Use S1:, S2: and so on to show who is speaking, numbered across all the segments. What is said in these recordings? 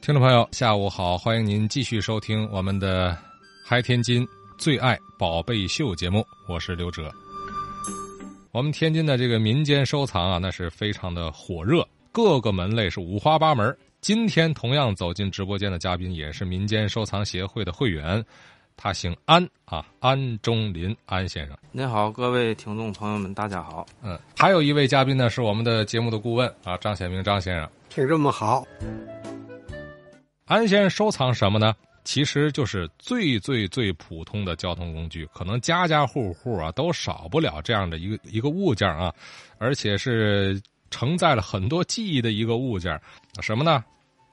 S1: 听众朋友，下午好，欢迎您继续收听我们的《嗨天津最爱宝贝秀》节目，我是刘哲。我们天津的这个民间收藏啊，那是非常的火热，各个门类是五花八门。今天同样走进直播间的嘉宾也是民间收藏协会的会员，他姓安啊，安中林安先生。
S2: 您好，各位听众朋友们，大家好。
S1: 嗯，还有一位嘉宾呢，是我们的节目的顾问啊，张显明张先生。
S3: 听这么好，
S1: 安先生收藏什么呢？其实就是最最最普通的交通工具，可能家家户户啊都少不了这样的一个一个物件啊，而且是承载了很多记忆的一个物件，什么呢？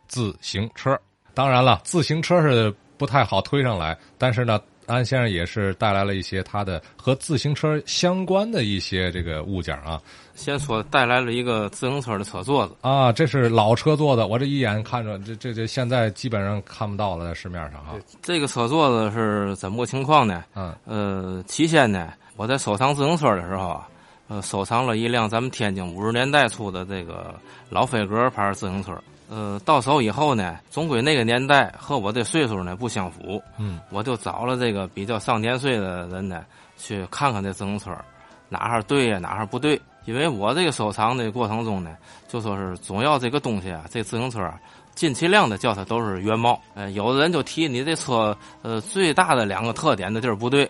S1: 自行车。当然了，自行车是不太好推上来，但是呢，安先生也是带来了一些他的和自行车相关的一些这个物件啊
S2: 先说带来了一个自行车的车座子，
S1: 啊，这是老车做的，我这一眼看着这这这现在基本上看不到了，在市面上啊，
S2: 这个车座子是怎么个情况呢？
S1: 嗯
S2: 呃，起先呢，我在收藏自行车的时候啊，呃，收藏了一辆咱们天津五十年代初的这个老飞格牌自行车。呃，到手以后呢，总归那个年代和我的岁数呢不相符，
S1: 嗯。
S2: 我就找了这个比较上年岁的人呢，去看看这自行车，哪哈对呀、哪哈不对。因为我这个收藏的过程中呢，就说是总要这个东西啊，这自行车啊尽其量的叫它都是原貌。呃，有的人就提你这车，呃，最大的两个特点的地儿不对，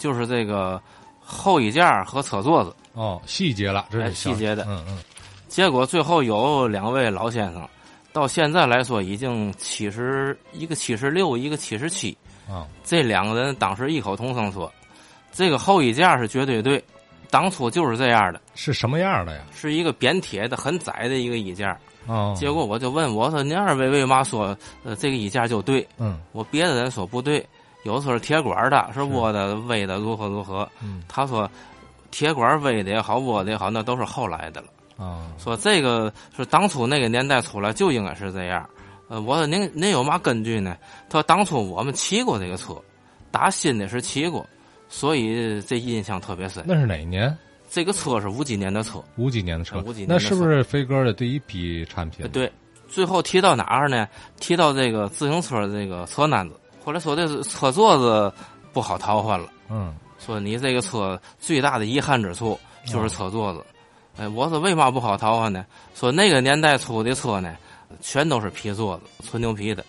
S2: 就是这个后衣架和车座子。
S1: 哦，细节了，这是
S2: 哎
S1: 小
S2: 细节的
S1: 嗯嗯，
S2: 结果最后有两位老先生，到现在来说已经七十一个七十六，一个七十七，
S1: 啊，
S2: 这两个人当时异口同声说：“这个后衣架是绝对对，当初就是这样的，
S1: 是什么样的呀？
S2: 是一个扁铁的很窄的一个衣架。”
S1: 哦，
S2: 结果我就问我说：“您二位为嘛说呃这个衣架就对？
S1: 嗯
S2: 我别的人说不对，有时候铁管的是窝的围的如何如何。
S1: 嗯”
S2: 他说：“铁管围的也好，窝的也好，那都是后来的了。
S1: 啊，
S2: 说这个是当初那个年代出来就应该是这样。”呃，我说您您有嘛根据呢？他说当初我们骑过这个车，打新的时候骑过，所以这印象特别深。
S1: 那是哪一年？
S2: 这个车是五几年的车，
S1: 五几年的车？
S2: 啊五几年的
S1: 那是不是飞哥的第一批产品？
S2: 呃，对，最后提到哪儿呢？提到这个自行车这个车篮子，后来说这是车座子不好淘换了，
S1: 嗯
S2: 说你这个车最大的遗憾之处
S1: 嗯
S2: 就是车座子。哎，我说为嘛不好淘换呢？说那个年代出的车呢，全都是皮座子，纯牛皮的。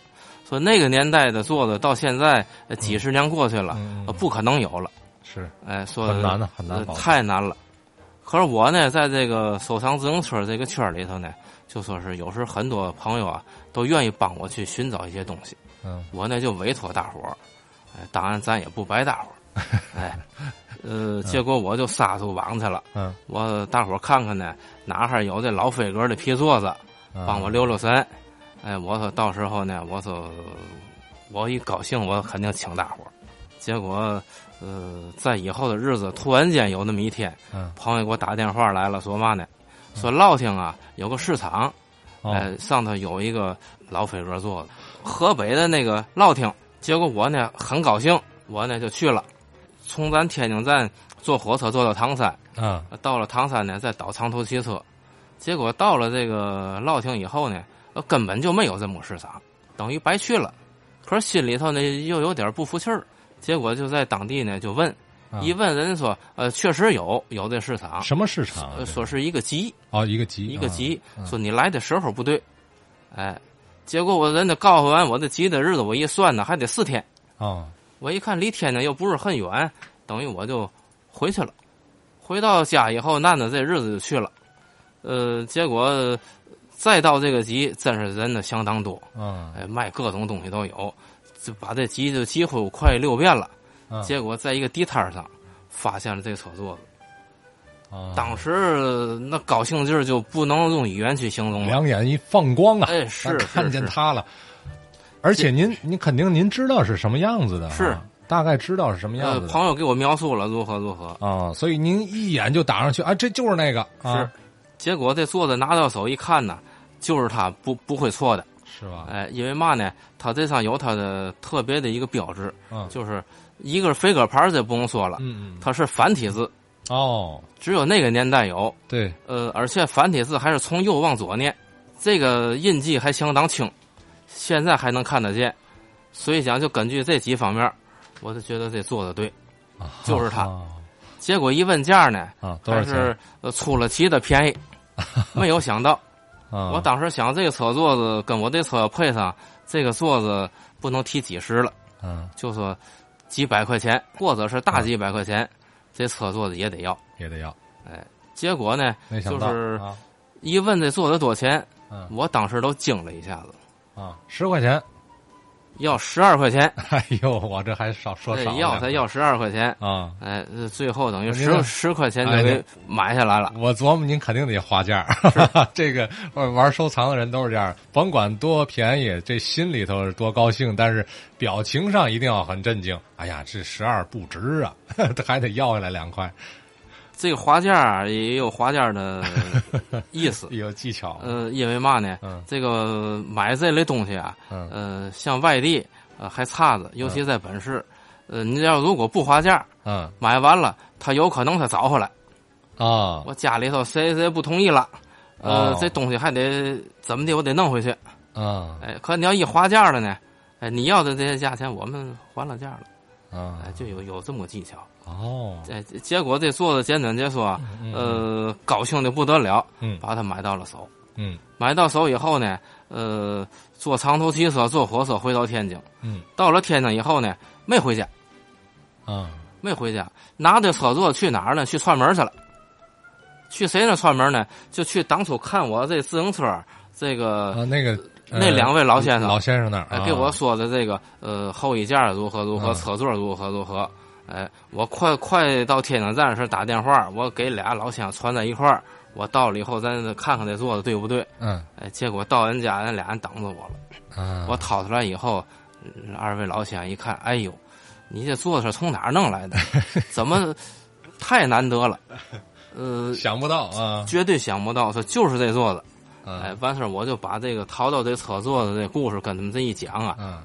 S2: 说那个年代的座子到现在呃几十年过去了，
S1: 嗯，
S2: 呃
S1: 嗯
S2: 不可能有了。
S1: 是
S2: 哎，说
S1: 很难啊的，很难
S2: 呃
S1: 保存。
S2: 太难了。可是我呢，在这个收藏自行车这个圈儿里头呢，就说是有时很多朋友啊，都愿意帮我去寻找一些东西，
S1: 嗯，
S2: 我呢就委托大伙儿，哎，当然咱也不白大伙儿，哎， 呃，结果我就杀出网去了，
S1: 嗯，
S2: 我大伙儿看看呢，哪哈有这老飞格的皮座子，
S1: 嗯
S2: 帮我溜溜神，哎，我说到时候呢，我说我一高兴，我肯定请大伙儿。结果，呃，在以后的日子，突然间有那么一天，
S1: 嗯
S2: 朋友给我打电话来了，说嘛呢？说乐亭啊有个市场，
S1: 哦
S2: 哎，上头有一个老飞哥做的，河北的那个乐亭。结果我呢很高兴，我呢就去了，从咱天津站坐火车坐到唐山，
S1: 嗯
S2: 到了唐山呢，再倒长途汽车，结果到了这个乐亭以后呢，呃根本就没有这么个市场，等于白去了。可是心里头呢又有点不服气儿，结果就在当地呢就问，
S1: 嗯
S2: 一问人家说，呃，确实有有这市场，
S1: 什么市场啊？
S2: 呃
S1: 这
S2: 说是一个集，
S1: 哦，一个集，
S2: 一个集，
S1: 嗯
S2: 说你来的时候不对，哎，结果我人家告诉完我这集的日子，我一算呢还得四天，
S1: 啊，
S2: 我一看离天津又不是很远，等于我就回去了。回到家以后，那呢这日子就去了。呃，结果呃再到这个集，真是人呢相当多，
S1: 嗯
S2: 哎，卖各种东西都有，就把这集就几乎快溜遍了。
S1: 嗯，
S2: 结果在一个地摊儿上发现了这车座子，
S1: 啊
S2: 当时呃那高兴劲儿就不能用语言去形容了。
S1: 两眼一放光啊，
S2: 哎，是
S1: 咱
S2: 是
S1: 看见
S2: 是
S1: 他了。而且您，您肯定您知道是什么样子的啊，
S2: 是
S1: 大概知道是什么样
S2: 呃
S1: 子，的
S2: 朋友给我描述了如何如何，
S1: 啊，所以您一眼就打上去啊，这就是那个啊，
S2: 结果这座子拿到手一看呢，就是他不不会错的。
S1: 是吧？
S2: 哎，因为嘛呢？它这上有它的特别的一个标志，
S1: 嗯
S2: 就是一个是飞鸽牌儿，这不用说了，
S1: 嗯嗯，
S2: 它是繁体字，
S1: 哦，
S2: 只有那个年代有。
S1: 对，
S2: 呃，而且繁体字还是从右往左念，这个印记还相当轻。现在还能看得见，所以讲就根据这几方面，我就觉得这做的对。
S1: 啊
S2: 就是它
S1: 啊
S2: 结果一问价呢，
S1: 啊，多
S2: 还
S1: 少钱
S2: 是呃出了奇 的便宜，没有想到。
S1: 啊？
S2: 我当时想，这个车座子跟我这车配上，这个座子不能提几十了，
S1: 嗯，
S2: 就说几百块钱，或者是
S1: 啊
S2: 大几百块钱，这车座子也得要。
S1: 也得要，
S2: 结果呢，
S1: 没想到
S2: 就是
S1: 啊
S2: 一问这座子多少钱，
S1: 嗯
S2: 我当时都惊了一下子，
S1: 啊，十块钱，
S2: 要十二块钱，
S1: 哎呦，我这还少 说
S2: 这
S1: 少了
S2: 要才要十二块钱，
S1: 啊！
S2: 哎，这最后等于
S1: 我觉
S2: 十
S1: 得
S2: 十块钱
S1: 哎
S2: 就给买下来了。
S1: 我琢磨您肯定得花价， 这个呃玩收藏的人都是这样，甭管多便宜，这心里头是多高兴，但是表情上一定要很震惊。哎呀，这十二不值啊， 还得要回来两块，
S2: 这个划价也有划价的 意思，
S1: 有技巧。
S2: 呃，因为嘛呢
S1: 嗯，
S2: 这个买这类东西啊，
S1: 嗯
S2: 呃，像外地呃还差着，尤其在本市，呃，你要如果不划价，
S1: 嗯
S2: 买完了他有可能他找回来，
S1: 啊
S2: 我家里头谁谁不同意了，呃
S1: 哦，
S2: 这东西还得怎么的，我得弄回去。
S1: 啊
S2: 哎，可你要一划价了呢，哎，你要的这些价钱我们还了价了，
S1: 啊
S2: 哎，就有有这么个技巧。
S1: 哦，
S2: 哎，结果这做的简短截说啊，
S1: 嗯
S2: 呃，高兴的不得了，
S1: 嗯
S2: 把它买到了手。
S1: 嗯
S2: 买到手以后呢，呃，坐长途汽车，坐火车回到天津。
S1: 嗯
S2: 到了天津以后呢，没回家，
S1: 啊
S2: 没回家，拿着车座去哪儿呢？去串门去了。去谁那串门呢？就去当初看我这自行车，这个、
S1: 啊那个
S2: 那两位老先生
S1: 老先生那儿
S2: 哎
S1: 啊
S2: 给我说的这个呃后衣架如何如何，
S1: 嗯
S2: 车座如何如何。哎，我快快到天津站时打电话，我给俩老乡传在一块儿。我到了以后，咱看看这座子对不对？
S1: 嗯
S2: 哎，结果到人家，人俩人等着我了。
S1: 啊
S2: 我掏出来以后，嗯二位老乡一看，哎呦，你这座子是从哪儿弄来的？怎么太难得了？呃，
S1: 想不到啊
S2: 绝对想不到，说就是这座子。哎
S1: 嗯，
S2: 完事儿我就把这个逃到这车座子这故事跟他们这一讲啊，
S1: 嗯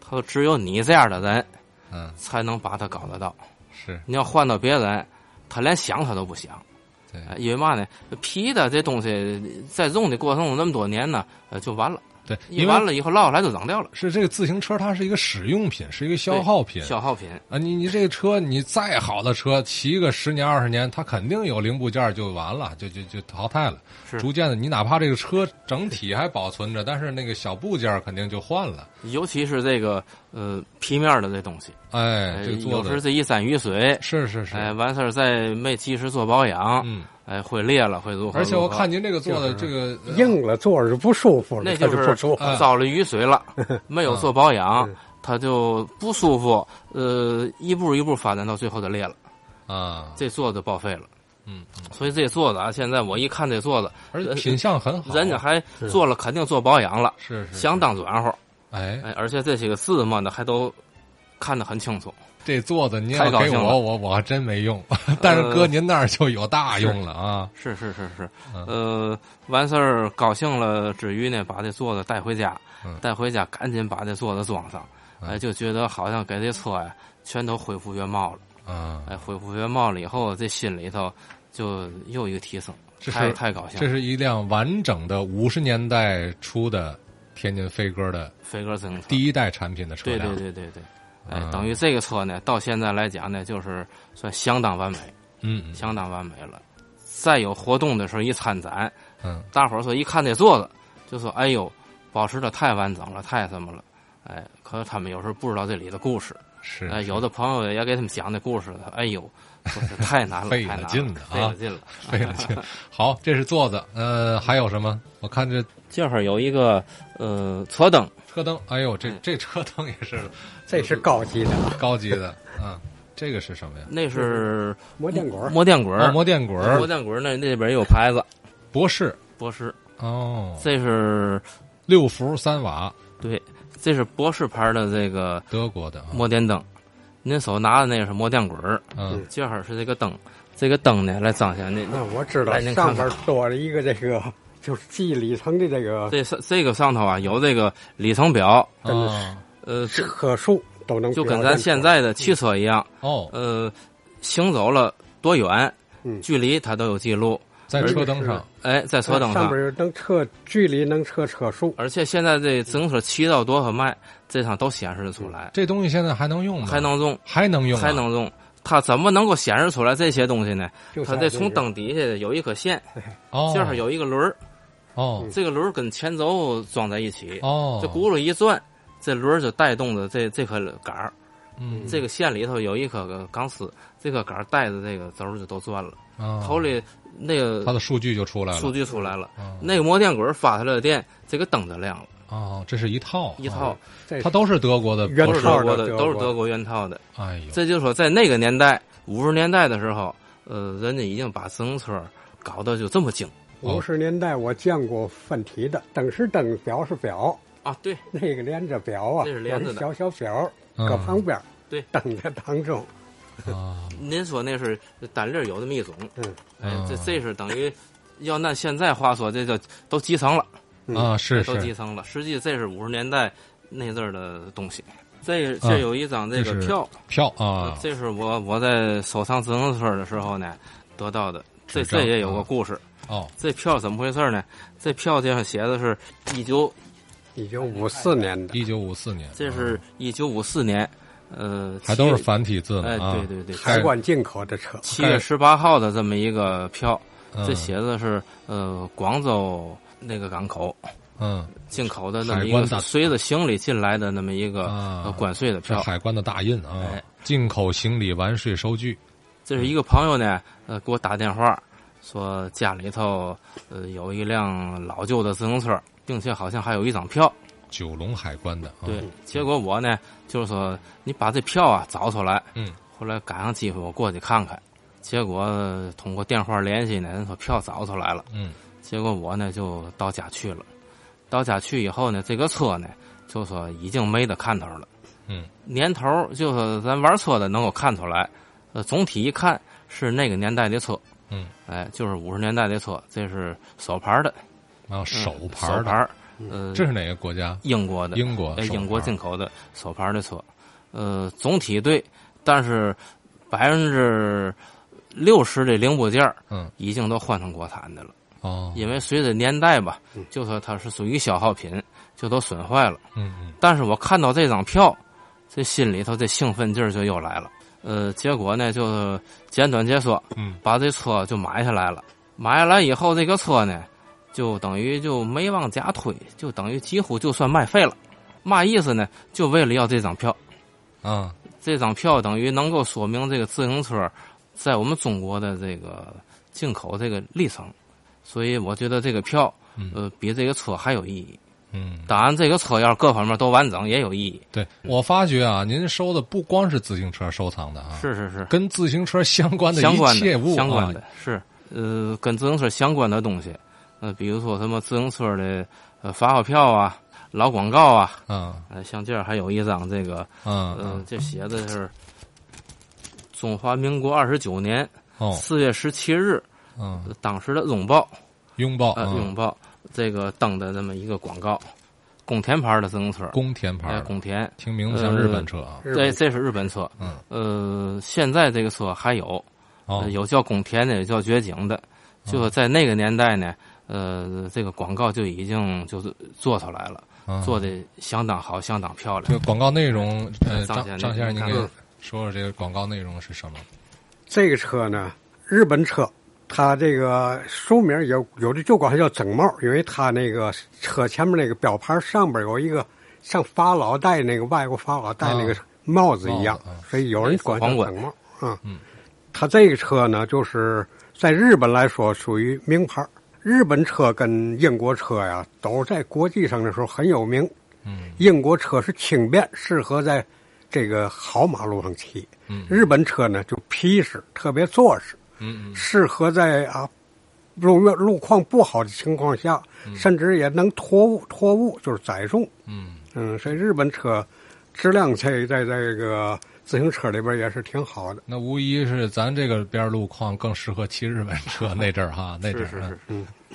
S2: 他说只有你这样的人
S1: 嗯
S2: 才能把他搞得到，
S1: 是
S2: 你要换到别人，他连想他都不想。
S1: 对
S2: 哎因为嘛呢？皮的这东西在用的过程中那么多年呢，呃，就完了。
S1: 对，
S2: 一
S1: 因为
S2: 完了以后落下来就扔掉了，
S1: 是这个自行车，它是一个使用品，是一个消耗品
S2: 消耗品。
S1: 啊！你你这个车，你再好的车，骑个十年二十年，它肯定有零部件就完了，就就就淘汰了。
S2: 是
S1: 逐渐的，你哪怕这个车整体还保存着，但是那个小部件肯定就换了。
S2: 尤其是这个呃皮面儿的这东西，
S1: 哎，
S2: 呃
S1: 这做
S2: 有时
S1: 的
S2: 这一沾雨水，
S1: 是是是，
S2: 哎，完事儿再没及时做保养，
S1: 嗯。
S2: 哎，会裂了，会如何？
S1: 而且
S2: 如
S1: 我
S2: 何
S1: 看您这个做的这个呃
S3: 硬了坐着不舒服了，
S2: 那
S3: 它
S2: 就是
S3: 不舒服。
S1: 哎
S2: 遭了雨水了，没有做保养，
S1: 嗯
S2: 它就不舒服，呃，一步一步发展到最后就裂了，
S1: 啊，
S2: 这座就报废了。
S1: 嗯，
S2: 所以这座子啊，现在我一看这座子，
S1: 而且品相很好，
S2: 人家还做了，肯定做保养了，
S1: 是是
S2: 相当软和，
S1: 哎，
S2: 哎，而且这些个字嘛呢，还都看得很清楚。
S1: 这做的您
S2: 太
S1: 要
S2: 高
S1: 给
S2: 兴了
S1: 我，我我还真没用，但是搁
S2: 呃
S1: 您那儿就有大用了啊，
S2: 是是是是
S1: 嗯，
S2: 呃，完事儿高兴了之余呢，把这座子带回家
S1: 嗯，
S2: 带回家赶紧把这座子装上，
S1: 嗯
S2: 哎，就觉得好像给这车呀全都恢复原貌了，
S1: 啊，
S2: 哎，恢复原貌了以后，这心里头就又一个提升，
S1: 这
S2: 太
S1: 是
S2: 太高兴
S1: 这
S2: 了。
S1: 是一辆完整的五十年代初的天津飞鸽的
S2: 飞鸽自行车，
S1: 第一代产品的车
S2: 对
S1: 辆
S2: 对，对对对，哎
S1: 嗯，
S2: 等于这个车呢，到现在来讲呢，就是算相当完美，
S1: 嗯
S2: 相当完美了。再有活动的时候一参展，
S1: 嗯
S2: 大伙儿说一看这座子，就说：“哎呦，保持的太完整了，太什么了。”哎，可是他们有时候不知道这里的故事。
S1: 是
S2: 哎，有的朋友也给他们讲这故事了。哎呦，说是太难 了，
S1: 费了
S2: 太难了
S1: 劲了啊
S2: 费了劲了。
S1: 费了劲。好，这是座子，呃，还有什么？我看这
S2: 这会儿有一个呃车灯，
S1: 车灯，哎呦，这
S2: 嗯
S1: 这车灯也是
S2: 呃
S3: 这是高级的
S1: 高级的 啊，这个是什么呀？
S2: 那是
S3: 摩电滚儿，
S2: 摩电滚
S1: 啊，
S2: 儿，
S1: 摩电滚儿
S2: 摩，电滚儿那那边也有牌子，
S1: 博士
S2: 博士，
S1: 哦，
S2: 这是
S1: 六伏三瓦，
S2: 对，这是博士牌的这个
S1: 德国的啊，
S2: 摩电灯。您手拿的那个是摩电滚儿，
S1: 嗯
S2: 这会儿是这个灯，这个灯呢来彰显那
S3: 那我知道
S2: 来您
S3: 上
S2: 看
S3: 边
S2: 看
S3: 多了一个这个， 就是记里程的这个
S2: 这上这个上头啊有这个里程表，
S3: 真的
S1: 啊
S2: 呃，这
S3: 棵树都能
S2: 就
S3: 表
S2: 跟
S3: 现
S2: 咱现
S3: 出来
S2: 在的汽车一样，
S1: 哦，
S2: 呃，行走了多远
S3: 嗯，
S2: 距离它都有记录。
S1: 在车灯上，
S2: 哎，在车灯
S3: 上
S2: 上
S3: 边。儿能测距离，能测车速。
S2: 而且现在这自行车骑到多少迈，这上都显示得出来，
S1: 这东西现在还能用吗？
S2: 还能用，
S1: 还能用、啊，
S2: 还。能用。它怎么能够显示出来这些东西呢？
S3: 就
S2: 它
S3: 在
S2: 得
S3: 这
S2: 从
S3: 个
S2: 灯底下有一颗线，
S1: 哦，
S2: 这儿有一嗯个轮儿，
S1: 哦
S2: 这个轮儿跟前轴装在一起，
S1: 哦，
S2: 这轱辘一转，这轮儿就带动着这这颗杆儿，
S1: 嗯
S2: 这个线里头有一颗个钢丝，这个杆儿带着这个轴儿就都转了，
S1: 啊
S2: 头嗯里那
S1: 它
S2: 个
S1: 的数据就出来了。
S2: 数据出来了，
S1: 啊
S2: 那个摩电滚儿发出来的电，这个灯就亮了，
S1: 哦，这是一套
S2: 一套
S1: 啊，
S3: 在
S1: 它都是德国的
S3: 原
S2: 都是
S3: 套
S2: 德国
S3: 的
S2: 的，
S3: 德
S2: 都是
S3: 国
S2: 德国原套的。
S1: 哎呦，
S2: 这就是说，在那个年代，五十年代的时候，呃，人家已经把自行车搞得就这么精
S1: 哦
S3: 五十年代我见过分题的，等是等，表是表，
S2: 啊！对，
S3: 那个连着表啊，
S2: 这是连着的
S3: 有个小小表
S1: 嗯
S3: 搁旁边，
S2: 对，
S3: 等着当中，
S1: 啊，
S2: 您说那是单粒儿有这么一种，
S3: 嗯，
S2: 哎，这
S1: 嗯
S2: 这是等于要按现在话说，这叫都集成了，
S3: 嗯
S1: 啊，是
S2: 都集
S1: 是，
S2: 成了。实际这是五十年代那阵儿的东西。这
S1: 啊
S2: 这有一张这
S1: 这
S2: 个
S1: 是
S2: 票，
S1: 票
S2: 呃
S1: 啊，
S2: 这是我我在手上自行车的时候呢得到的。这
S1: 纸张
S2: 这也有
S1: 啊
S2: 个故事，
S1: 哦，
S2: 这票怎么回事呢？这票这上写的是一九
S3: 已经五四年的，
S1: 一九五四年，啊
S2: 这是一九五四年，呃，
S1: 还都是
S2: 七
S1: 繁体字
S2: 哎，
S1: 呢啊，
S2: 对对对，
S1: 还
S3: 台湾进口的车，
S2: 七月十八号的这么一个票，
S1: 嗯
S2: 这写的是呃广州那个港口
S1: 嗯，
S2: 进口的那么一
S1: 海关
S2: 个
S1: 大
S2: 随着行李进来的那么一个
S1: 啊
S2: 呃关税的
S1: 这
S2: 票。
S1: 海关的大印啊
S2: 哎，
S1: 进口行李完税收据，
S2: 这是一个朋友呢，呃，给我打电话说家里头呃有一辆老旧的自行车，并且好像还有一张票。
S1: 九龙海关的，啊
S2: 对，，结果我呢就是说你把这票啊找出来，
S1: 嗯，
S2: 后来赶上机会我过去看看，结果呃通过电话联系呢，人说票找出来了，
S1: 嗯，
S2: 结果我呢就到家去了，到家去以后呢，这个车呢就说已经没得看头了，
S1: 嗯，
S2: 年头儿就是咱玩车的能够看出来，呃，总体一看是那个年代的车，
S1: 嗯，
S2: 哎，就是五十年代的车，这是手牌儿的，嗯
S1: 然后手牌
S2: 手
S1: 儿
S2: 牌
S1: 的，嗯
S2: 儿，呃，
S1: 这是哪个国家？
S2: 英国的，
S1: 英国
S2: 呃，，
S1: 手
S2: 英国
S1: 牌儿
S2: 进口的手牌的车，呃，总体对，但是百分之六十的零部件儿
S1: 嗯，
S2: 已经都换成国产的了，
S1: 哦，
S2: 因为随着年代吧
S3: 嗯，
S2: 就说它是属于消耗品，就都损坏了。
S1: 嗯嗯，
S2: 但是我看到这张票，这心里头这兴奋劲儿就又来了。呃，结果呢，就是简短解说，
S1: 嗯，
S2: 把这车就买下来了。买下来以后，这个车呢，就等于就没往家推，就等于几乎就算卖废了。嘛意思呢？就为了要这张票，
S1: 啊，
S2: 这张票等于能够说明这个自行车在我们中国的这个进口这个历程。所以我觉得这个票，呃，比这个车还有意义。
S1: 嗯，
S2: 当然，这个车要是各方面都完整也有意义。
S1: 对我发觉啊，您收的不光是自行车收藏的啊，
S2: 是是是，
S1: 跟自行车相关的
S2: 相关
S1: 啊一切
S2: 的
S1: 物
S2: 相关
S1: 啊
S2: 的、，是呃，跟自行车相关的东西，呃，比如说什么自行车的呃发号票啊、老广告啊，
S1: 嗯
S2: 呃，像这儿还有一张这个，
S1: 嗯
S2: 呃
S1: 嗯，，
S2: 这写的是中华民国二十九年
S1: 哦，
S2: 四月十七日、
S1: 嗯，
S2: 呃当时的拥抱，
S1: 拥抱，
S2: 呃，拥
S1: 嗯，
S2: 抱这个登的这么一个广告，宫田牌的自行车，
S1: 宫田牌
S2: 哎，
S1: 儿的，
S2: 宫呃田，
S1: 听名字像日本车啊，
S3: 日
S2: 这
S3: 本
S2: 这是日本车，
S1: 嗯，
S2: 呃，现在这个车还有，
S1: 哦
S2: 呃，有叫宫田的，有叫掘井的，就是在那个年代呢，呃，这个广告就已经就是做出来了，
S1: 嗯
S2: 做的相当好，相当漂
S1: 这
S2: 亮。
S1: 个广告内容，呃，
S2: 张
S1: 张
S2: 先生
S1: 张先生，您
S2: 看
S1: 给
S2: 看
S1: 说说这个广告内容是什么？
S3: 这个车呢，日本车，它这个书名有有的就管它叫整帽，因为它那个车前面那个表盘上边有一个像发老戴那个外国发老戴那个帽子一样，
S1: 啊帽子啊哎
S3: 所以有人管它
S2: 皇
S3: 叫
S2: 冠
S3: 整帽。啊、嗯，它这个车呢，就是在日本来说属于名牌儿。日本车跟英国车呀，都在国际上的时候很有名。
S1: 嗯
S3: 英国车是轻便，适合在这个好马路上骑。
S1: 嗯
S3: 日本车呢就皮实，特别坐实，
S1: 嗯
S3: 适合在啊路面路况不好的情况下，
S2: 嗯
S3: 甚至也能拖物拖物，就是载重。
S1: 嗯
S3: 嗯，所以日本车质量在在这个自行车里边也是挺好的。
S1: 那无疑是咱这个边儿路况更适合骑日本车那阵儿 哈，那阵
S2: 是
S1: 儿
S2: 是
S1: 嗯
S2: 是，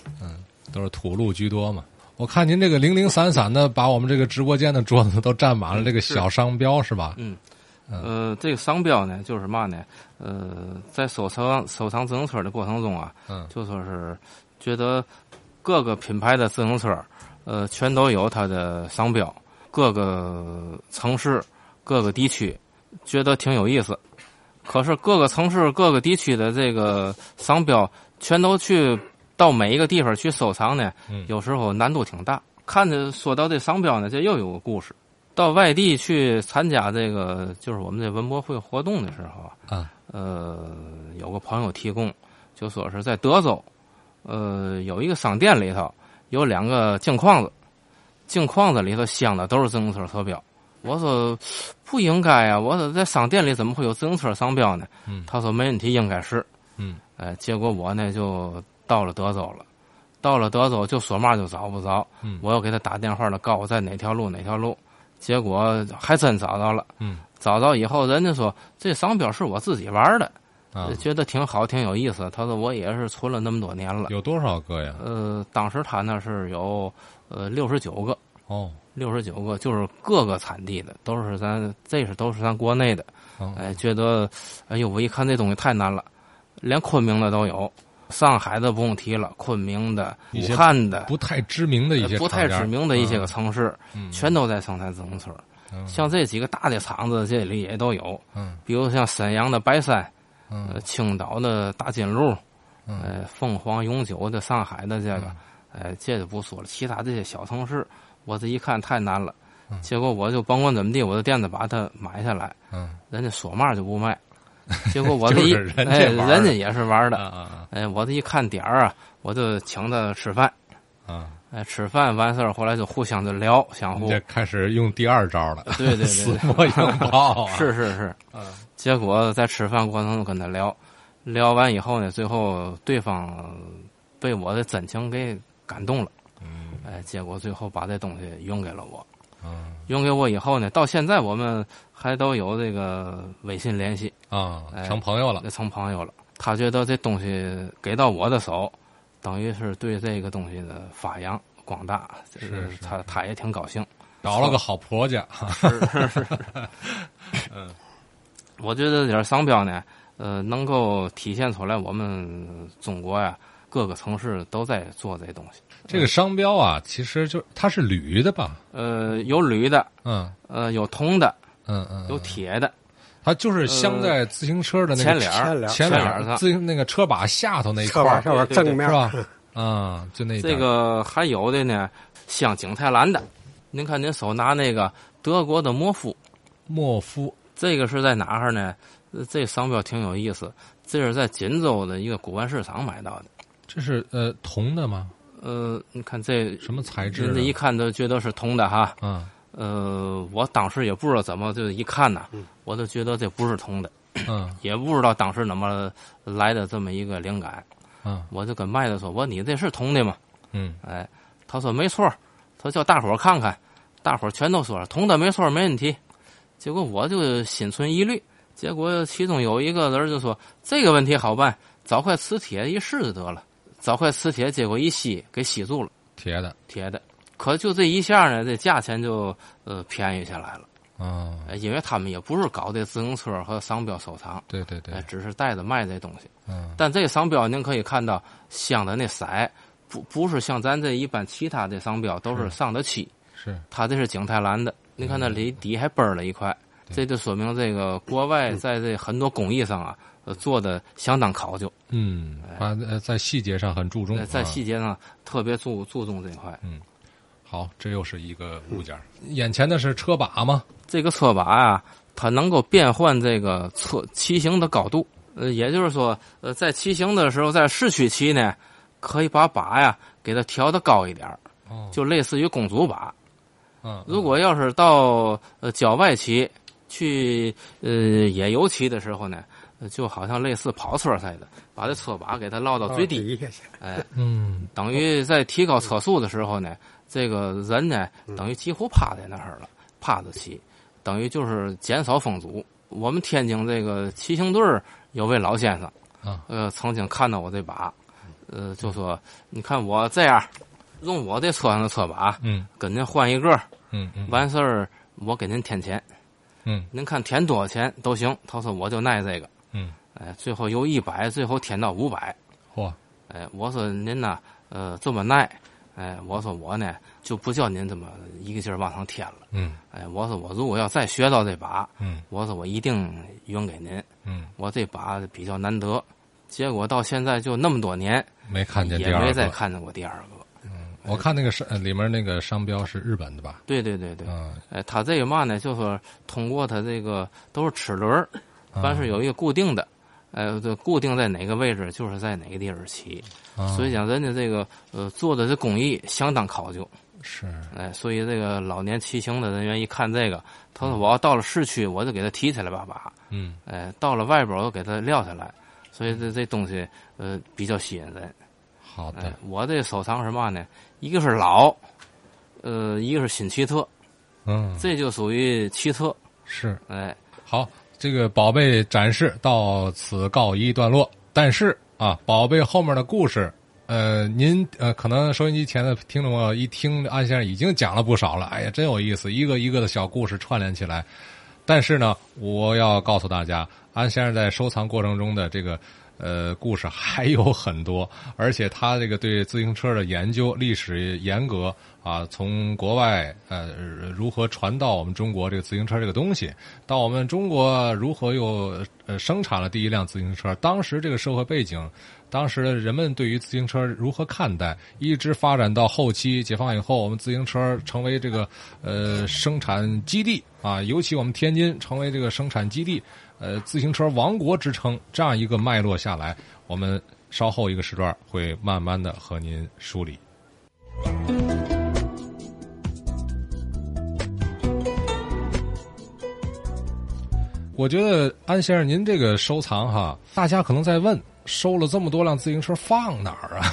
S1: 都是土路居多嘛。我看您这个零零散散的把我们这个直播间的桌子都占满了，这个小商标是吧？
S2: 嗯，呃，这个商标呢，就是嘛呢，呃，在收藏收藏自行车的过程中啊，
S1: 嗯
S2: 就说是觉得各个品牌的自行车，呃，全都有它的商标，各个城市、各个地区，觉得挺有意思。可是各个城市、各个地区的这个商标，全都去到每一个地方去收藏呢
S1: 嗯，
S2: 有时候难度挺大。看着说到这商标呢，这又有个故事。到外地去参加这个，就是我们这文博会活动的时候啊，
S1: 啊
S2: 呃，有个朋友提供，就说是在德州，呃，有一个商店里头有两个镜框子，镜框子里头镶的都是自行车车标。我说不应该啊，我说在商店里怎么会有自行车商标呢？
S1: 嗯
S2: 他说没问题，应该是。
S1: 嗯，
S2: 哎，结果我呢就到了德州了，到了德州就说嘛就找不着。
S1: 嗯
S2: 我又给他打电话了，告诉我在哪条路哪条路，结果还真找到了。
S1: 嗯，
S2: 找到以后，人家说这商标是我自己玩的，
S1: 啊，
S2: 觉得挺好，挺有意思。他说我也是存了那么多年了。
S1: 啊有多少个呀？
S2: 呃，当时他那是有呃六十九个，
S1: 哦，
S2: 六十九个就是各个产地的，都是咱这是都是咱国内的。
S1: 哦
S2: 哎，觉得哎呦，我一看这东西太难了，连昆明的都有，上海的不用提了，昆明的、
S1: 一
S2: 武
S1: 些
S2: 汉的。
S1: 不太知名的一些
S2: 呃不
S1: 厂
S2: 太
S1: 家
S2: 知名的一些个城市，
S1: 嗯
S2: 全都在生产自行车。
S1: 嗯
S2: 像这几个大的厂子，这里也都有，
S1: 嗯
S2: 比如像沈阳的白山，
S1: 嗯
S2: 呃，青岛的大金鹿，
S1: 嗯
S2: 呃，凤凰永久的上海的这个，呃，这就不说了。其他这些小城市，我这一看太难了，结果我就甭管怎么地，我的店子把它买下来，
S1: 嗯
S2: 人家说嘛就 不卖，结果我这一
S1: 就是人家
S2: 哎，
S1: 玩儿
S2: 人家也是玩儿
S1: 啊
S2: 的，
S1: 啊
S2: 哎，我这一看点儿啊，我就请他吃饭。
S1: 啊啊！
S2: 哎，吃饭完事儿回来就互相就聊，相
S1: 你
S2: 互
S1: 这开始用第二招 了，
S2: 对对
S1: 死
S2: 对对，
S1: 磨硬泡啊！
S2: 是是是。结果在吃饭过程中跟他聊，聊完以后呢，最后对方被我的真情给感动了，
S1: 嗯
S2: 哎，结果最后把这东西用给了我。
S1: 嗯
S2: 用给我以后呢，到现在我们还都有这个微信联系，
S1: 啊，
S2: 哎
S1: 成朋友了。
S2: 成朋友了。他觉得这东西给到我的手，等于是对这个东西的发扬光大，这
S1: 是
S2: 个
S1: 是
S2: 他他也挺高兴。
S1: 找了个好婆家，
S2: 是是，嗯，我觉得这点商标呢，呃，能够体现出来我们中国呀、各个城市都在做这东西。
S1: 这个商标啊，其实就它是铝的吧？
S2: 呃，有铝的，
S1: 嗯
S2: 呃，有铜的，
S1: 嗯嗯，
S2: 有铁的，
S1: 它就是镶在自行车的那
S2: 嗯前
S1: 个
S2: 脸
S3: 前
S2: 儿，
S3: 脸儿
S1: 前
S2: 前
S1: 脸
S2: 脸上
S1: 啊自行那个车把下头那一块
S3: 侧面
S1: 儿
S2: 对
S3: 上面
S2: 对对
S3: 正面
S1: 是吧？嗯，就那一点
S2: 这
S1: 儿
S2: 个还有的呢，像景泰蓝的。您看，您手拿那个德国的摩夫，
S1: 莫夫
S2: 这个是在哪儿呢？呃这商标挺有意思，这是在锦州的一个古玩市场买到的。
S1: 这是呃铜的吗？
S2: 呃，你看这
S1: 什么材质
S2: 人家一
S1: 的？
S2: 看都觉得是铜的哈。
S1: 嗯
S2: 呃，我当时也不知道怎么就一看呐，我就觉得这不是铜的，
S1: 嗯
S2: 也不知道当时怎么来的这么一个灵感，
S1: 嗯
S2: 我就跟麦子说：“我说你这是铜的吗
S1: 嗯？”
S2: 哎，他说：“没错儿。”他叫大伙儿看看，大伙儿全都说铜的没错儿，没问题。结果我就心存疑虑，结果其中有一个人就说：“这个问题好办，找块磁铁一试就得了。”找块磁铁，结果一吸给吸住了，
S1: 铁的
S2: 铁的。可就这一下呢，这价钱就呃便宜下来了。
S1: 嗯，
S2: 呃因为他们也不是搞这自行车和商标收藏，
S1: 对对对
S2: 呃，，只是带着卖这东西。
S1: 嗯
S2: 但这商标您可以看到，镶的那色不不是像咱这一般其他的商标都是上的漆，
S1: 是
S2: 它这是景泰蓝的。您
S1: 嗯
S2: 看那里底还崩了一块，这就说明这个国外
S1: 嗯
S2: 在这很多工艺上啊，呃做的相当考究，
S1: 嗯，把呃在细节上很注重
S2: 呃，哎在
S1: 啊
S2: 细节上特别注注重这块。
S1: 好，这又是一个物件儿。眼前的是车把吗？
S2: 这个车把啊，它能够变换这个车骑行的高度。呃，也就是说，呃，在骑行的时候，在市区骑呢，可以把把呀给它调的高一点儿
S1: 哦，
S2: 就类似于公主把。
S1: 嗯，
S2: 如果要是到呃郊外骑，去呃野游骑的时候呢，呃就好像类似跑车似的，把这车把给它落到最低，
S3: 一下去
S2: 哎，
S1: 嗯，
S2: 等于在提高车速的时候呢，这个人呢等于几乎趴在那儿了，趴着骑，等于就是减少风阻。我们天津这个骑行队儿有位老先生，
S1: 啊
S2: 呃，曾经看到我这把，呃，就说你看我这样，用我这车上的车把
S1: 嗯
S2: 跟您换一个，
S1: 嗯嗯，
S2: 完事儿我给您添钱。
S1: 嗯
S2: 您看填多少钱都行。他说我就耐这个，
S1: 嗯，
S2: 哎，最后由一百，最后填到五百，
S1: 嚯，
S2: 哎，我说您呐，呃，这么耐，哎，我说我呢就不叫您这么一个劲儿往上添了，
S1: 嗯
S2: 哎，我说我如果要再学到这把，
S1: 嗯
S2: 我说我一定匀给您，
S1: 嗯，
S2: 我这把比较难得。结果到现在就那么多年，
S1: 没看见第
S2: 也
S1: 二
S2: 没再
S1: 个。
S2: 看见过第二个。
S1: 我看那个商呃里面那个商标是日本的吧？
S2: 对对对对，
S1: 嗯，
S2: 哎，他这个嘛呢，就是说通过他这个都是齿轮儿，
S1: 啊
S2: 但是有一个固定的，呃，这固定在哪个位置就是在哪个地儿起。
S1: 啊
S2: 所以讲，人家这个呃做的这工艺相当考究，
S1: 是
S2: 哎，所以这个老年骑行的人员一看这个，他说我要到了市区，我就给他提起来把把，
S1: 嗯
S2: 哎，到了外边我就给他撂下来，所以这这东西呃比较吸引人。
S1: 好
S2: 哎
S1: 的，
S2: 我这收藏是嘛呢？一个是老，呃，一个是新奇特，
S1: 嗯
S2: 这就属于奇特，
S1: 是
S2: 哎。
S1: 好，这个宝贝展示到此告一段落。但是啊，宝贝后面的故事，呃，您呃，可能收音机前的听众朋友一听安先生已经讲了不少了，哎呀，真有意思，一个一个的小故事串联起来。但是呢，我要告诉大家，安先生在收藏过程中的这个呃故事还有很多， 而且他这个对自行车的研究历史严格啊，从国外呃如何传到我们中国这个自行车这个东西，到我们中国如何又呃生产了第一辆自行车，当时这个社会背景。当时的人们对于自行车如何看待，一直发展到后期解放以后，我们自行车成为这个呃生产基地啊，尤其我们天津成为这个生产基地，呃，自行车王国之称，这样一个脉络下来，我们稍后一个时段会慢慢的和您梳理。我觉得安先生，您这个收藏哈，大家可能在问，收了这么多辆自行车放哪儿啊？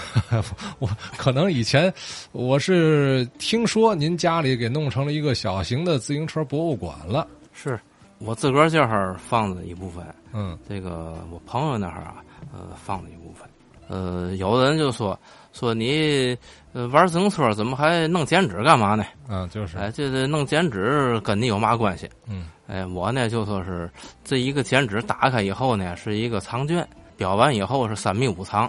S1: 我可能以前我是听说您家里给弄成了一个小型的自行车博物馆了，
S2: 是我自个儿这儿放的一部分，
S1: 嗯
S2: 这个我朋友那儿啊，呃，放了一部分。呃，有的人就说说你呃玩自行车怎么还弄剪纸干嘛呢？
S1: 啊，就是
S2: 哎，这这弄剪纸跟你有嘛关系？
S1: 嗯
S2: 哎，我呢就说是这一个剪纸打开以后呢，是一个长卷，裱完以后是三米五长，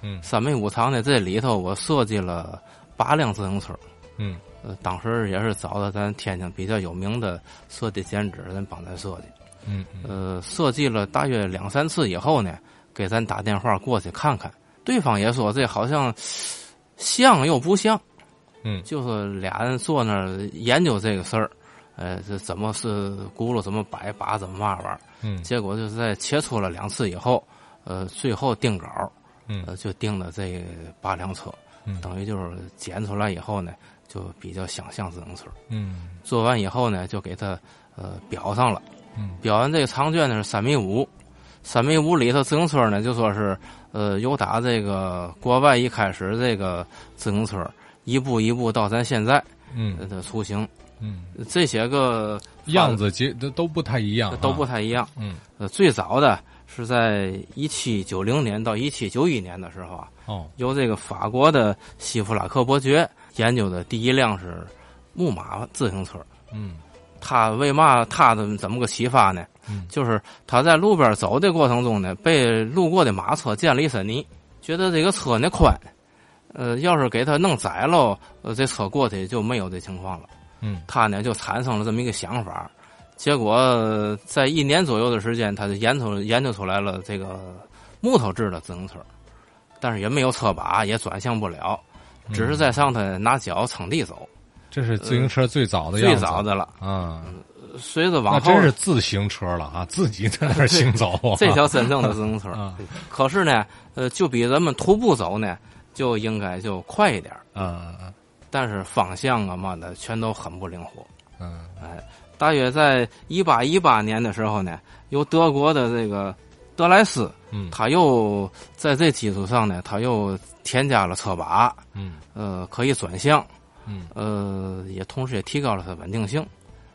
S1: 嗯
S2: 三米五长呢这里头我设计了八辆自行车。
S1: 嗯
S2: 呃，当时也是找的咱天津比较有名的设计剪纸人帮咱设计。
S1: 嗯嗯
S2: 呃，设计了大约两三次以后呢，给咱打电话过去看看。对方也说这好像像又不像，
S1: 嗯
S2: 就是俩人坐那儿研究这个事儿，呃，这怎么是轱辘怎么摆，把怎么嘛玩儿。
S1: 嗯
S2: 结果就是在切磋了两次以后，呃，最后定稿儿，
S1: 嗯
S2: 呃，就定的这八辆车，
S1: 嗯
S2: 等于就是剪出来以后呢，就比较想像自行车。
S1: 嗯
S2: 做完以后呢，就给它呃裱上了。
S1: 嗯
S2: 裱完这个长卷呢是三米五，三米五里头自行车呢就说是呃由打这个国外一开始这个自行车一步一步到咱现在
S1: 嗯
S2: 的雏形，
S1: 嗯，
S2: 这些个
S1: 样子其实都都不太一样啊，
S2: 都不太一样。
S1: 嗯
S2: 呃，最早的是在一七九零年到一七九一年的时候啊，
S1: 哦
S2: 由这个法国的西弗拉克伯爵研究的第一辆是木马自行车。
S1: 嗯
S2: 他为嘛他怎么怎么个启发呢？
S1: 嗯
S2: 就是他在路边走的过程中呢，被路过的马车溅了一身泥，觉得这个车呢宽，呃，要是给他弄窄喽，呃，这车过去就没有这情况了。
S1: 嗯
S2: 他呢就产生了这么一个想法，结果呃在一年左右的时间，他就研究研究出来了这个木头制的自行车，但是也没有车把，也转向不了，只是在上头拿脚撑地走，
S1: 嗯这是自行车最早的嗯样
S2: 呃最
S1: 子，
S2: 早的了。
S1: 啊，
S2: 随着往
S1: 那
S2: 后
S1: 真是自行车了啊，自己在 那儿行走啊，
S2: 这叫真正的自行车。
S1: 啊
S2: 可是呢，呃，就比咱们徒步走呢，就应该就快一点儿，
S1: 啊啊
S2: 但是方向啊嘛的全都很不灵活。
S1: 嗯
S2: 大约在一八一八年的时候呢，由德国的这个德莱斯，
S1: 嗯
S2: 他又在这基础上呢，他又添加了车把，
S1: 嗯
S2: 呃，可以转向，
S1: 嗯
S2: 呃，也同时也提高了它稳定性。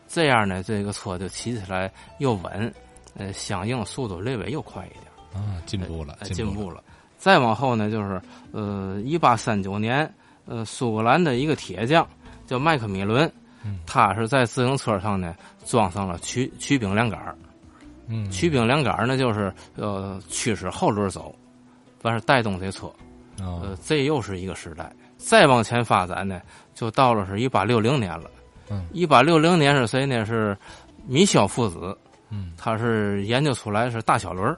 S2: 这样呢，这个车就骑起来又稳，呃，相应速度略微又快一点。
S1: 啊，进步了，
S2: 哎
S1: 进
S2: 进
S1: 步了，
S2: 步了。再往后呢，就是呃，一八三九年，呃，苏格兰的一个铁匠叫麦克米伦，
S1: 嗯
S2: 他是在自行车上呢装上了曲曲柄梁杆儿，
S1: 嗯，
S2: 曲柄梁杆儿呢就是呃驱使后轮走，完事儿带动这车，
S1: 啊
S2: 呃，这又是一个时代。再往前发展呢，就到了是一八六零年了。
S1: 嗯，
S2: 一八六零年是谁呢？是米肖父子。
S1: 嗯，
S2: 他是研究出来是大小轮儿。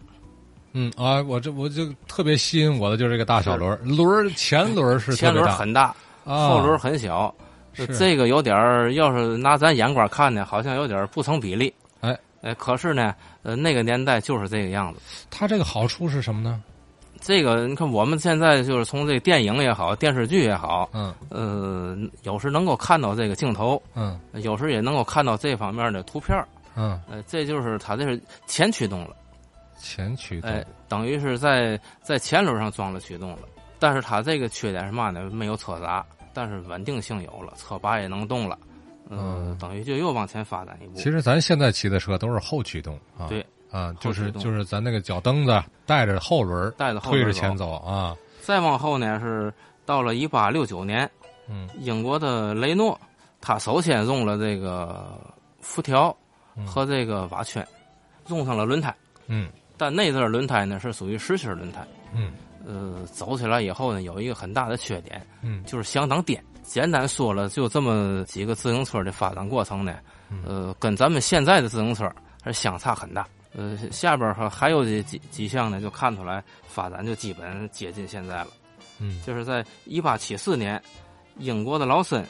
S1: 嗯啊，我这我就特别吸引我的就是这个大小轮儿，轮儿前轮儿是特
S2: 前
S1: 别
S2: 轮
S1: 大，
S2: 很大，
S1: 啊
S2: 后轮很小。
S1: 是
S2: 这个有点儿，要是拿咱眼光看呢，好像有点儿不成比例。
S1: 哎，
S2: 呃，可是呢，呃，那个年代就是这个样子。
S1: 它这个好处是什么呢？
S2: 这个你看，我们现在就是从这个电影也好，电视剧也好，
S1: 嗯
S2: 呃，有时能够看到这个镜头，
S1: 嗯
S2: 有时也能够看到这方面的图片儿。
S1: 嗯，
S2: 呃，这就是它这是前驱动了，
S1: 前驱动
S2: 哎，等于是在在前轮上装了驱动了。但是它这个缺点是嘛呢？没有车闸，但是稳定性有了，车把也能动了。
S1: 嗯
S2: 嗯，等于就又往前发展一步。
S1: 其实咱现在骑的车都是后驱动啊，
S2: 对
S1: 啊，
S2: 后
S1: 就
S2: 驱
S1: 是
S2: 动
S1: 就是咱那个脚蹬子带着后轮儿，
S2: 带着后
S1: 推
S2: 轮
S1: 着
S2: 走
S1: 前走啊，
S2: 再往后呢，是到了一八六九年，
S1: 嗯，
S2: 英国的雷诺，他首先用了这个辐条
S1: 嗯
S2: 和这个瓦圈，用上了轮胎。
S1: 嗯
S2: 但那阵儿轮胎呢是属于实心儿轮胎，
S1: 嗯
S2: 呃，走起来以后呢有一个很大的缺点，
S1: 嗯
S2: 就是相当颠。简单说了，就这么几个自行车的发展过程呢，
S1: 嗯
S2: 呃，跟咱们现在的自行车还是相差很大。呃，下边儿还还有几几几项呢，就看出来发展就基本接近现在了。
S1: 嗯
S2: 就是在一八七四年，英国的劳森，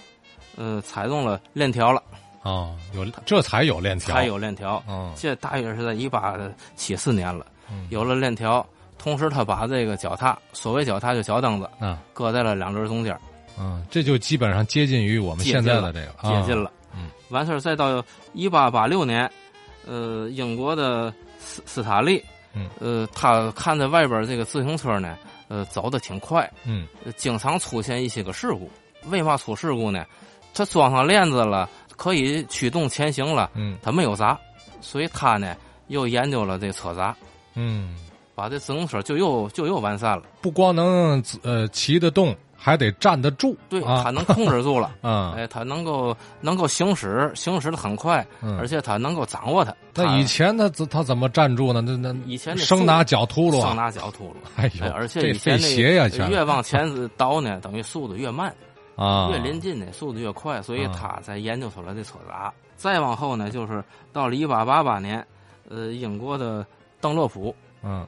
S2: 呃，采用了链条了，
S1: 啊，有这才有链条，
S2: 才有链条。
S1: 嗯
S2: 这大约是在一八七四年了
S1: 嗯，
S2: 有了链条，同时他把这个脚踏，所谓脚踏就脚蹬子，
S1: 啊
S2: 搁在了两轮中间，
S1: 嗯，这就基本上接近于我们
S2: 接
S1: 现
S2: 近
S1: 在的
S2: 了
S1: 这个
S2: 接近
S1: 了，
S2: 了。
S1: 嗯
S2: 完事儿再到一八八六年，呃，英国的斯斯塔利
S1: 嗯，
S2: 呃，他看着外边这个自行车呢，呃，走的挺快，
S1: 嗯
S2: 呃经常出现一些个事故。为嘛出事故呢？它装上链子了，可以驱动前行了，
S1: 嗯
S2: 它没有闸，所以他呢又研究了这车闸，
S1: 嗯，
S2: 把这自行车就又就又完善了。
S1: 不光能呃骑得动，还得站得住，
S2: 对，
S1: 啊
S2: 它能控制住 了，
S1: 啊，
S2: 哎，它能够能够行驶，行驶的很快，
S1: 嗯
S2: 而且它能够掌握它。
S1: 那
S2: 它
S1: 以前他怎他怎么站住呢？那那
S2: 以前那
S1: 生拿脚秃噜
S2: 上
S1: 啊，
S2: 拿脚秃噜。
S1: 哎呦
S2: 哎，而且
S1: 这
S2: 以前
S1: 费鞋呀，
S2: 那
S1: 全
S2: 越往前倒呢，等于速度越慢，
S1: 啊
S2: 越临近呢速度越快，所以
S1: 啊
S2: 他才研究出来这车闸。再往后呢，就是到了一八八八年，呃，英国的邓洛普，
S1: 嗯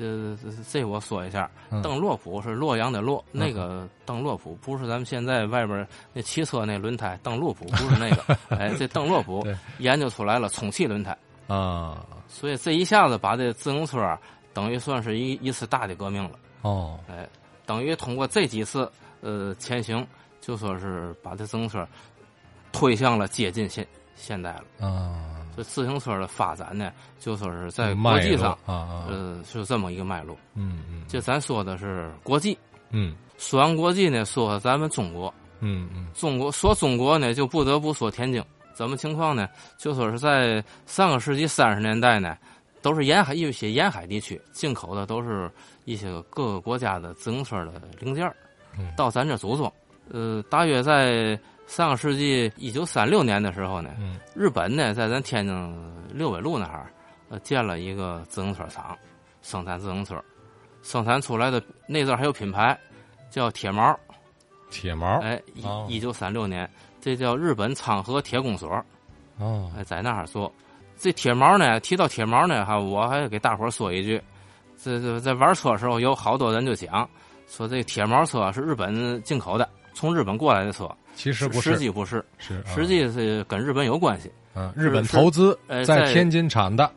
S2: 呃，这我说一下，
S1: 嗯
S2: 邓洛普是洛阳的洛，
S1: 嗯
S2: 那个邓洛普不是咱们现在外边那汽车那轮胎，邓洛普不是那 个，哎，这邓洛普
S1: 对
S2: 研究出来了充气轮胎，
S1: 啊
S2: 所以这一下子把这自行车啊等于算是一一次大的革命了。
S1: 哦
S2: 哎，等于通过这几次呃前行，就说是把这自行车推向了接近现现代了。
S1: 啊，
S2: 这自行车的发展呢，就说是在国
S1: 脉
S2: 际
S1: 络
S2: 上
S1: 啊，啊，
S2: 呃，是这么一个脉络。
S1: 嗯嗯
S2: 这咱说的是国际，
S1: 嗯
S2: 说完国际呢，说说咱们中国。
S1: 嗯嗯
S2: 中国说中国呢，就不得不说天津。怎么情况呢？就说是在上个世纪三十年代呢，都是沿海一些沿海地区进口的都是一些各个国家的自行车的零件儿
S1: 嗯
S2: 到咱这组装。呃，大约在上个世纪一九三六年的时候呢，
S1: 嗯
S2: 日本呢在咱天津六纬路那儿，呃，建了一个自行车厂，生产自行车，生产出来的那阵儿还有品牌叫铁毛，
S1: 铁毛
S2: 哎，
S1: 哦
S2: 一一九三六年，这叫日本昌河铁工所，
S1: 哦
S2: 哎，在那儿做。这铁毛呢，提到铁毛呢，哈，我还给大伙儿说一句，这这在玩车时候，有好多人就讲说这铁毛车是日本进口的，从日本过来的车，
S1: 其实不
S2: 实
S1: 是
S2: 际不是，
S1: 是啊
S2: 实际是跟日本有关系，
S1: 嗯日本投资
S2: 呃
S1: 在
S2: 在
S1: 天津产的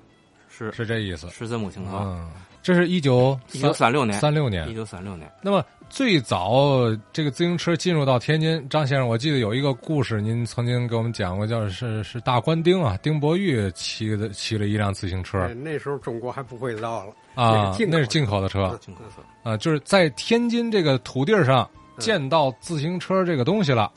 S2: 是
S1: 是这意思，
S2: 是这么情况。
S1: 嗯，这是一九
S2: 啊一九三六年，
S1: 三六年
S2: 一，九三六年，
S1: 那么最早这个自行车进入到天津，张先生，我记得有一个故事，您曾经给我们讲过，叫是是大官丁啊，丁伯玉骑的骑了一辆自行车
S3: 哎那时候中国还不会造了，
S1: 啊
S3: 那是，进口
S1: 那是
S3: 的
S1: 进口的车
S2: 进口车。
S1: 啊，就是在天津这个土地儿上见到自行车这个东西了，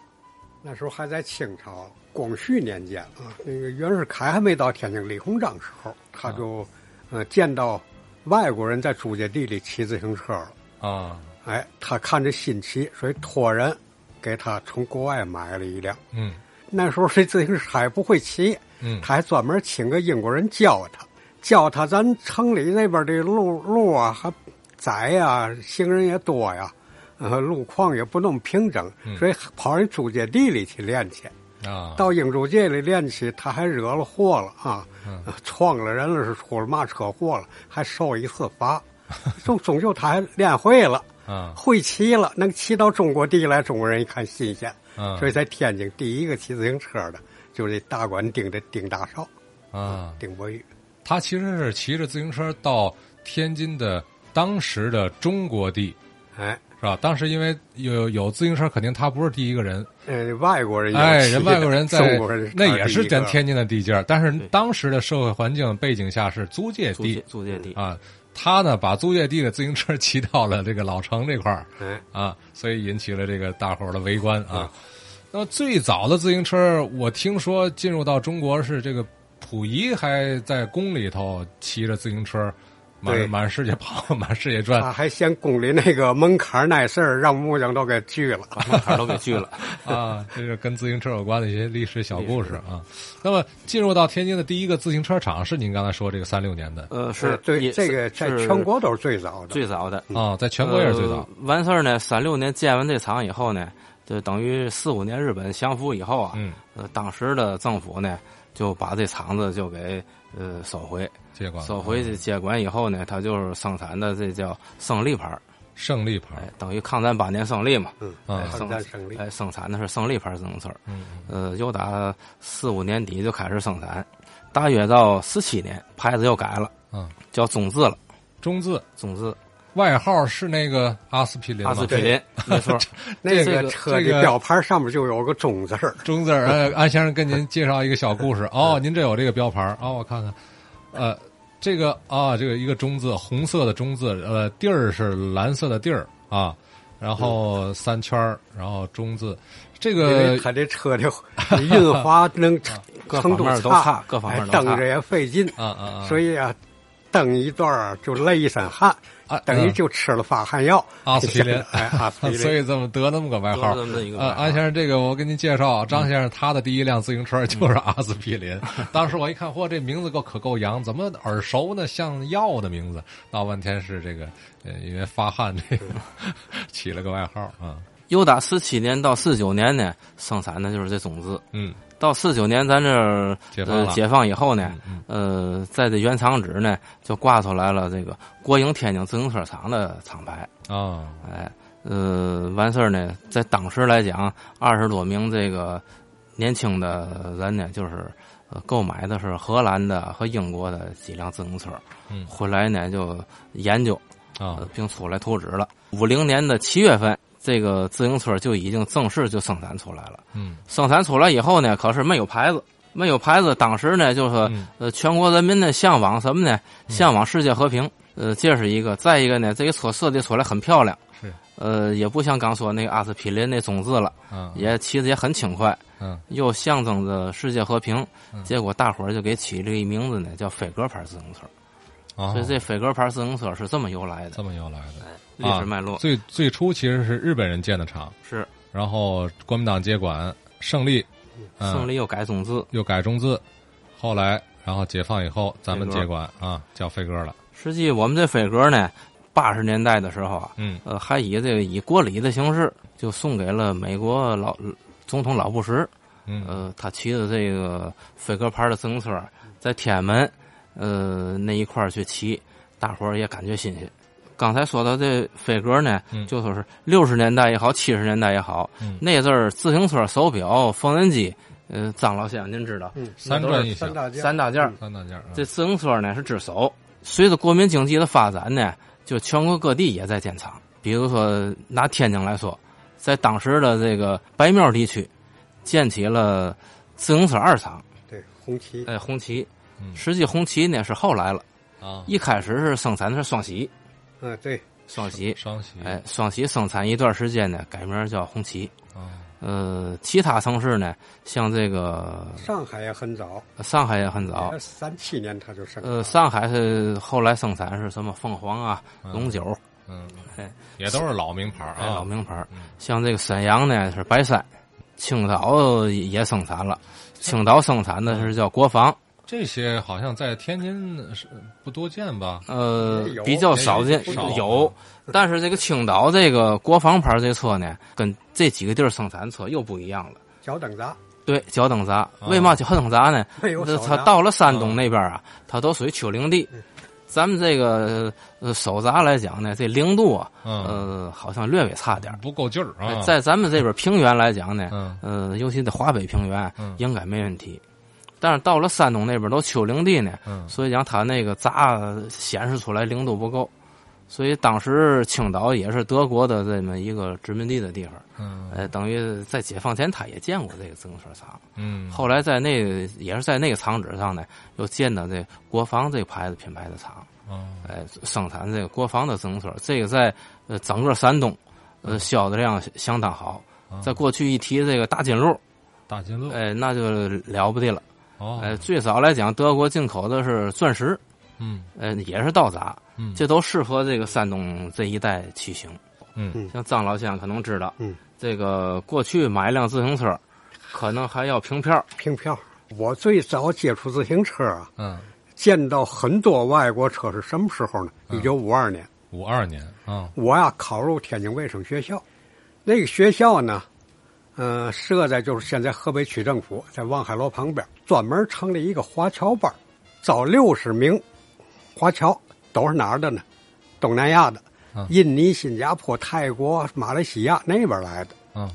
S3: 那时候还在清朝光绪年间啊，那个袁世凯还没到天津，李鸿章时候他就，呃，见到外国人在租界地里骑自行车了。
S1: 啊，
S3: 哎，他看着新奇，所以托人给他从国外买了一辆。
S1: 嗯
S3: 那时候这自行车还不会骑，
S1: 嗯
S3: 他还专门请个英国人教他，教他咱城里那边这路路啊还窄呀、行人也多呀、呃，路况也不那么平整，所以跑人租界地里去练去。
S1: 啊，
S3: 到英租界里练去，他还惹了祸了啊，
S1: 嗯
S3: 撞了人了，是出了嘛车祸了，还受一次罚。终终究他还练会了，
S1: 啊
S3: 会骑了，能骑到中国地来，中国人一看新鲜，
S1: 啊
S3: 所以在天津第一个骑自行车的就是这大管丁的丁大少，
S1: 啊，
S3: 丁伯玉。
S1: 他其实是骑着自行车到天津的当时的中国地，
S3: 哎，
S1: 是吧？当时因为有有自行车，肯定他不是第一个人，
S3: 呃，外国人有
S1: 哎，
S3: 骑的
S1: 人外国人在
S3: 中国人
S1: 那也
S3: 是
S1: 是咱
S3: 他第一个
S1: 天津的地界儿，但是
S2: 对
S1: 当时的社会环境背景下是租界
S2: 租
S1: 地
S2: 界租界地，
S1: 啊，他呢把租界地的自行车骑到了这个老城这块儿
S3: 哎，
S1: 啊，所以引起了这个大伙儿的围观啊。那么最早的自行车，我听说进入到中国是这个溥仪还在宫里头骑着自行车，
S3: 对
S1: 满满世界跑， 满世界转
S3: 他还嫌宫里那个门槛儿那事儿让木匠都给拒了。
S2: 把门槛都给锯了。
S1: 啊，这是跟自行车有关的一些历史小故事啊。那么进入到天津的第一个自行车厂是您刚才说这个三六年的
S2: 呃，是
S3: 对
S2: 也
S3: 这
S2: 是
S3: 个在
S2: 是
S3: 全国都是最早的，
S2: 最早的，
S1: 啊，在全国也是最早
S2: 嗯呃。完事儿呢，三六年建完这厂以后呢，就等于四五年日本降服以后啊，
S1: 嗯，
S2: 呃，当时的政府呢就把这厂子就给呃收回，
S1: 接管啊
S2: 收回去接管以后呢，它就是生产的这叫胜利牌儿，
S1: 胜利牌
S2: 哎，等于抗战八年胜利嘛，
S3: 嗯，
S1: 啊
S2: 哎，
S3: 抗战胜利
S2: 哎，生产的是胜利牌自行车，
S1: 嗯
S2: 呃，又打四五年底就开始生产，大约到十七年，牌子又改了，
S1: 啊，
S2: 叫中字了，
S1: 中字
S2: 中字
S1: 外号是那个阿司匹林吗
S2: 阿司匹林，没错，
S3: 那
S1: 这个
S3: 车
S1: 这个
S3: 的标牌上面就有个“中”字儿，
S1: 中字儿，呃，安先生跟您介绍一个小故事 哦，您这有这个标牌儿啊、我看看，呃，这个啊、这个一个中字，红色的中字，呃，地儿是蓝色的地儿啊，然
S2: 嗯
S1: 后三圈儿，然后中字，这
S3: 因为
S1: 个
S3: 他这车 的印花能
S2: 各
S3: 程
S2: 方
S3: 度
S2: 面都
S3: 差
S2: 差，，各方
S3: 哎
S2: 面都差，
S3: 蹬着也费劲，
S1: 啊啊啊，
S3: 所以啊，蹬一段儿就累一身汗，
S1: 啊
S3: 等于
S1: 嗯
S3: 就吃了发汗药。
S1: 阿司匹林 啊
S3: 哎， 阿司匹
S1: 所
S3: 林。
S1: 以这么得那么个外号
S2: 得。这么一个
S1: 呃，安先生，这个我给您介绍，张先生他的第一辆自行车就是阿司匹 林。当时我一看，嚯，这名字够可够洋，怎么耳熟呢？像药的名字。闹半天是这个，呃，因为发汗这个 起了个外号啊。
S2: 又打四七年到四九年呢，生产的就是这种子。
S1: 嗯
S2: 到四九年咱这儿
S1: 解放
S2: 呃
S1: 了
S2: 解放以后呢
S1: 嗯，嗯
S2: 呃，在这原厂址呢就挂出来了这个国营天津自行车厂的厂牌。
S1: 啊
S2: 哎，呃，完事儿呢，在当时来讲，二十多名这个年轻的人呢，就是。呃，购买的是荷兰的和英国的几辆自行车，
S1: 嗯
S2: 回来呢就研究，呃
S1: 啊，
S2: 并出来图纸了。五零年的七月份，这个自行车就已经正式就生产出来了。
S1: 嗯
S2: 生产出来以后呢，可是没有牌子，没有牌子。当时呢，就是说
S1: 嗯
S2: 呃，全国人民的向往什么呢？向往世界和平。呃，这是一个。再一个呢，这个车设计出来很漂亮，
S1: 是
S2: 呃，也不像刚说那个阿司匹林那种字了，
S1: 啊
S2: 也骑得也很轻快，
S1: 嗯
S2: 又象征着世界和平
S1: 嗯。
S2: 结果大伙儿就给起了一名字呢，叫飞鸽牌自行车。
S1: 啊
S2: 所以，这飞鸽牌自行车是这么由来的
S1: 这么由来的。
S2: 历史脉络。
S1: 最最初其实是日本人建的厂，
S2: 是
S1: 然后国民党接管，胜利，嗯
S2: 胜利又改种字。
S1: 又改中字，后来然后解放以后，咱们接管啊，叫飞鸽了。
S2: 实际我们这飞鸽呢，八十年代的时候啊，
S1: 嗯
S2: 呃，还以这个以国礼的形式就送给了美国老总统老布什。
S1: 嗯
S2: 呃，他骑着这个飞鸽牌的自行车在天安门，呃那一块儿去骑，大伙儿也感觉新鲜。刚才说到这飞鸽呢，
S1: 嗯
S2: 就说是六十年代也好，七十年代也好，
S1: 嗯
S2: 那阵儿自行车、手表、缝纫机，呃，张老先生您知道，
S3: 嗯
S1: 三转一响，
S3: 大嗯
S2: 三大件儿，
S1: 三大件儿啊
S2: 这自行车呢是之首。随着国民经济的发展呢，就全国各地也在建厂。比如说拿天津来说，在当时的这个白庙地区，建起了自行车二厂，
S3: 对，红旗
S2: 哎，红旗
S1: 嗯。
S2: 实际红旗呢是后来了，
S1: 啊，
S2: 一开始是生产的是双喜，
S3: 嗯，对，
S2: 双喜，
S1: 双喜
S2: 哎，双喜生产一段时间呢，改名叫红旗。
S1: 啊，
S2: 呃，其他城市呢，像这个
S3: 上海也很早，
S2: 上海也很早，
S3: 三七年他就生
S2: 呃，
S3: 产。
S2: 上海是后来生产是什么凤凰啊、龙九，
S1: 嗯
S2: 哎，
S1: 也都是老名牌儿
S2: 哎，老
S1: 啊。
S2: 名牌儿
S1: 嗯。
S2: 像这个沈阳呢是白山，青岛也生产了，
S1: 哎
S2: 青岛生产的是叫国防，
S1: 这些好像在天津是不多见吧？
S2: 呃
S3: 有，
S2: 比较少见
S1: 哎也有少啊
S2: 有， 但是这个青岛这个国防牌这车呢，跟这几个地儿生产车又不一样了。
S3: 脚蹬闸
S2: 对，脚蹬
S1: 啊
S2: 闸，为嘛叫脚蹬闸呢？
S3: 没有
S2: 这
S3: 手
S2: 它
S3: 闸
S2: 到了山东那边啊，它都属于丘陵
S1: 嗯
S2: 地。咱们这个呃手闸来讲呢，这零度啊，
S1: 嗯，
S2: 呃，好像略微差点儿。
S1: 不够劲儿啊，
S2: 嗯哎在咱们这边平原来讲呢，
S1: 嗯
S2: 呃，尤其在华北平原
S1: 嗯，
S2: 应该没问题。但是到了山东那边都丘陵地呢，
S1: 嗯
S2: 所以讲它那个闸显示出来零度不够，所以当时青岛也是德国的这么一个殖民地的地方，
S1: 嗯
S2: 呃，等于在解放前他也建过这个自行车厂，
S1: 嗯，
S2: 后来在那个也是在那个厂址上呢，又建的这国防这牌子品牌的厂，
S1: 嗯
S2: 哎，生产这个国防的自行车，这个在呃整个山东，呃销的量相当好。
S1: 嗯
S2: 在过去一提这个大金鹿，
S1: 大金鹿
S2: 哎，那就了不得了。
S1: 哦，
S2: 哎，最早来讲，德国进口的是钻石，
S1: 嗯
S2: 呃，也是道闸，
S1: 嗯，
S2: 这都适合这个山东这一带骑行。
S1: 嗯
S2: 像张老先生可能知道，
S3: 嗯，
S2: 这个过去买一辆自行车，可能还要凭票。
S3: 凭票。我最早接触自行车啊，
S1: 嗯，
S3: 见到很多外国车是什么时候呢？一九五二年，
S1: 五二年啊，
S3: 我呀考入天津卫生学校，那个学校呢，呃，设在就是现在河北区政府在望海楼旁边，专门成立一个华侨班，招六十名华侨，都是哪儿的呢？东南亚的
S1: 嗯，
S3: 印尼、新加坡、泰国、马来西亚那边来的。
S1: 嗯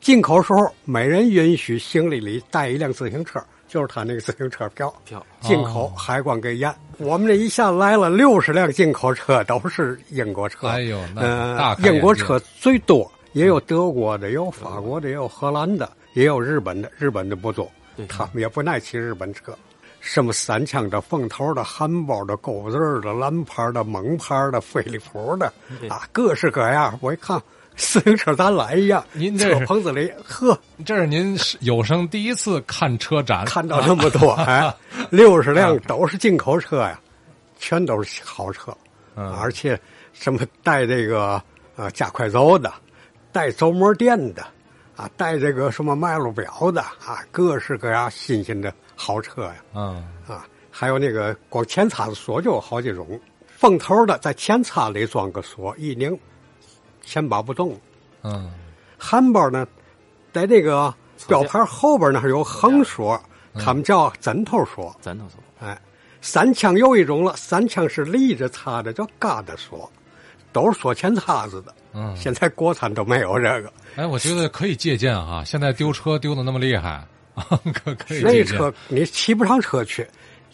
S3: 进口时候，每人允许行李里带一辆自行车，就是他那个自行车票。
S2: 票
S3: 进口海关给验。我们这一下来了六十辆进口车，都是英国车。
S1: 哎呦那大
S3: 呃，
S1: 开眼界
S3: 英国车最多，也有德国的，也有法国的，也有荷兰的，也有日本的。日本的不多
S2: 对，
S3: 他们也不爱骑日本车。什么三枪的、凤头的、汉堡的、狗字儿的、蓝牌的、蒙牌的、飞利浦的
S2: 对
S3: 啊，各式各样。我一看，自行车咱来一样，
S1: 您这
S3: 这
S1: 是
S3: 棚子里，呵，
S1: 这是您是有生第一次看车展，
S3: 看到这么多，哎，六十辆都是进口车呀，全都是好车，而且什么带这个呃加快轴的，带轴膜电的，啊，带这个什么迈路表的啊，各式各样新鲜的好车呀，
S1: 嗯
S3: 啊，还有那个光前叉子锁就有好几种，凤头的在前叉里装个锁，一拧，前把不动，
S1: 嗯
S3: 汉堡呢，在这个标牌后边呢有横锁，他们叫枕头锁。
S2: 咱都说
S3: 哎，三枪又一种了，三枪是立着插的，叫嘎的锁，都是锁前叉子的。
S1: 嗯，
S3: 现在国产都没有这个，
S1: 哎，我觉得可以借鉴啊，现在丢车丢的那么厉害 啊，可可以
S3: 那
S1: 借鉴
S3: 车你骑不上车去，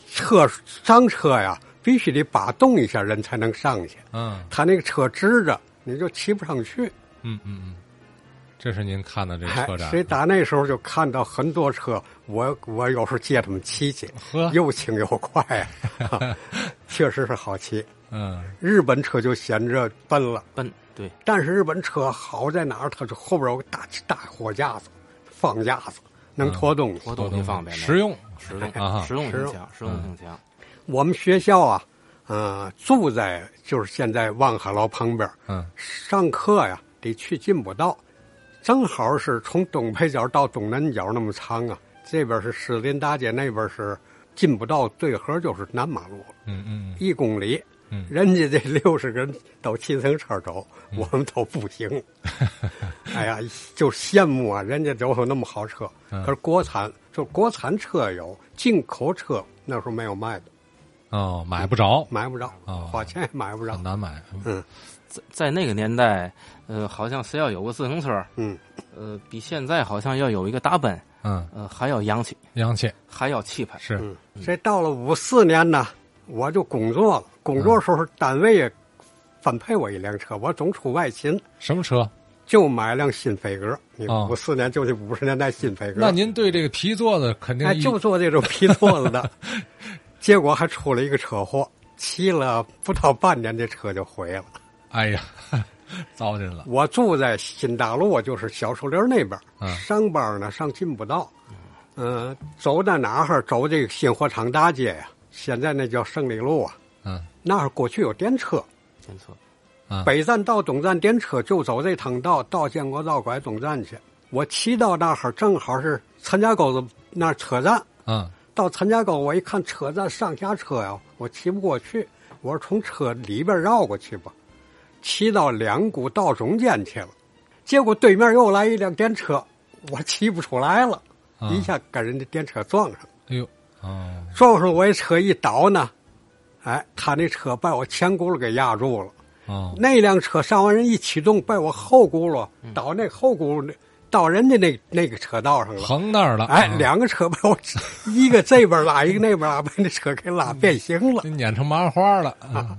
S3: 车上车呀必须得把动一下，人才能上去。
S1: 嗯
S3: 他那个车直着，你就骑不上去。
S1: 嗯嗯嗯，这是您看的这
S3: 哎
S1: 车展，啊
S3: 所以打那时候就看到很多车，我我有时候借他们骑去
S1: 呵，
S3: 又轻又快、 啊，确实是好骑。
S1: 嗯
S3: 日本车就显着笨了，
S2: 奔，对，
S3: 但是日本车好在哪儿？它就后边有个大大货架子、放架子，
S1: 嗯
S3: 能拖东西。
S2: 活动挺方便的，
S1: 实用，
S2: 实用
S1: 啊
S2: 实用
S3: 实
S2: 性
S3: 用
S2: 强，实用
S1: 嗯
S2: 性强。
S3: 我们学校啊，呃，住在就是现在望海楼旁边，
S1: 嗯
S3: 上课呀得去进步道，正好是从东北角到东南角那么长啊。这边是士林大街，那边是进步道，对河就是南马路了，
S1: 嗯嗯
S3: 一公里。
S1: 嗯
S3: 人家这六十个人都骑自行车走，我们都 不行。哎呀，就羡慕啊！人家都有那么好车，
S1: 嗯
S3: 可是国产就国产车有，进口车那时候没有卖的，
S1: 嗯，哦，买不着，
S3: 买不着
S1: 哦，
S3: 花钱也买不着
S1: 很。难买，
S3: 嗯
S2: 在在那个年代，呃，好像谁要有个自行车，
S3: 嗯，
S2: 呃，比现在好像要有一个大奔，
S1: 嗯，
S2: 呃，还要洋气，
S1: 洋气
S2: 还要气派。
S1: 是，
S3: 所以嗯到了五四年呢，我就工作了。工作时候单位也分配我一辆车，我总出外勤，
S1: 什么车？
S3: 就买辆新飞鸽。你
S1: 哦
S3: 五四年就这五十年代新飞鸽，
S1: 那您对这个皮做的肯定
S3: 哎
S1: 一
S3: 就坐这种皮座子 的，结果还出了一个车祸，骑了不到半年，这车就毁了。
S1: 哎呀， 糟践了，
S3: 我住在新大陆，就是小树林那边，
S1: 嗯
S3: 上班呢上进步道，嗯、走到哪儿走这个新货场大街呀、现在那叫胜利路啊，
S1: 嗯
S3: 那儿过去有电车，
S2: 没错，
S1: 啊，
S3: 北站到东站电车就走这趟道，到建国道拐东站去。我骑到那儿正好是陈家沟的那儿车站，
S1: 嗯
S3: 到陈家沟我一看车站上下车呀、我骑不过去，我说从车里边绕过去吧，骑到两股道中间去了，结果对面又来一辆电车，我骑不出来了，
S1: 啊
S3: 一下跟人家电车撞上了。
S1: 哎呦，哦，
S3: 撞上我这车一倒呢，哎，他那车把我前轱辘给压住了。
S1: 哦，
S3: 那辆车上完人一启动，把我后轱辘倒那后轱辘到人家那那个车道上了。
S1: 横那儿了，
S3: 哎，
S1: 啊
S3: 两个车把我一个这 边拉，一个那边拉，把那车给拉变形了。
S1: 这撵成麻花了，啊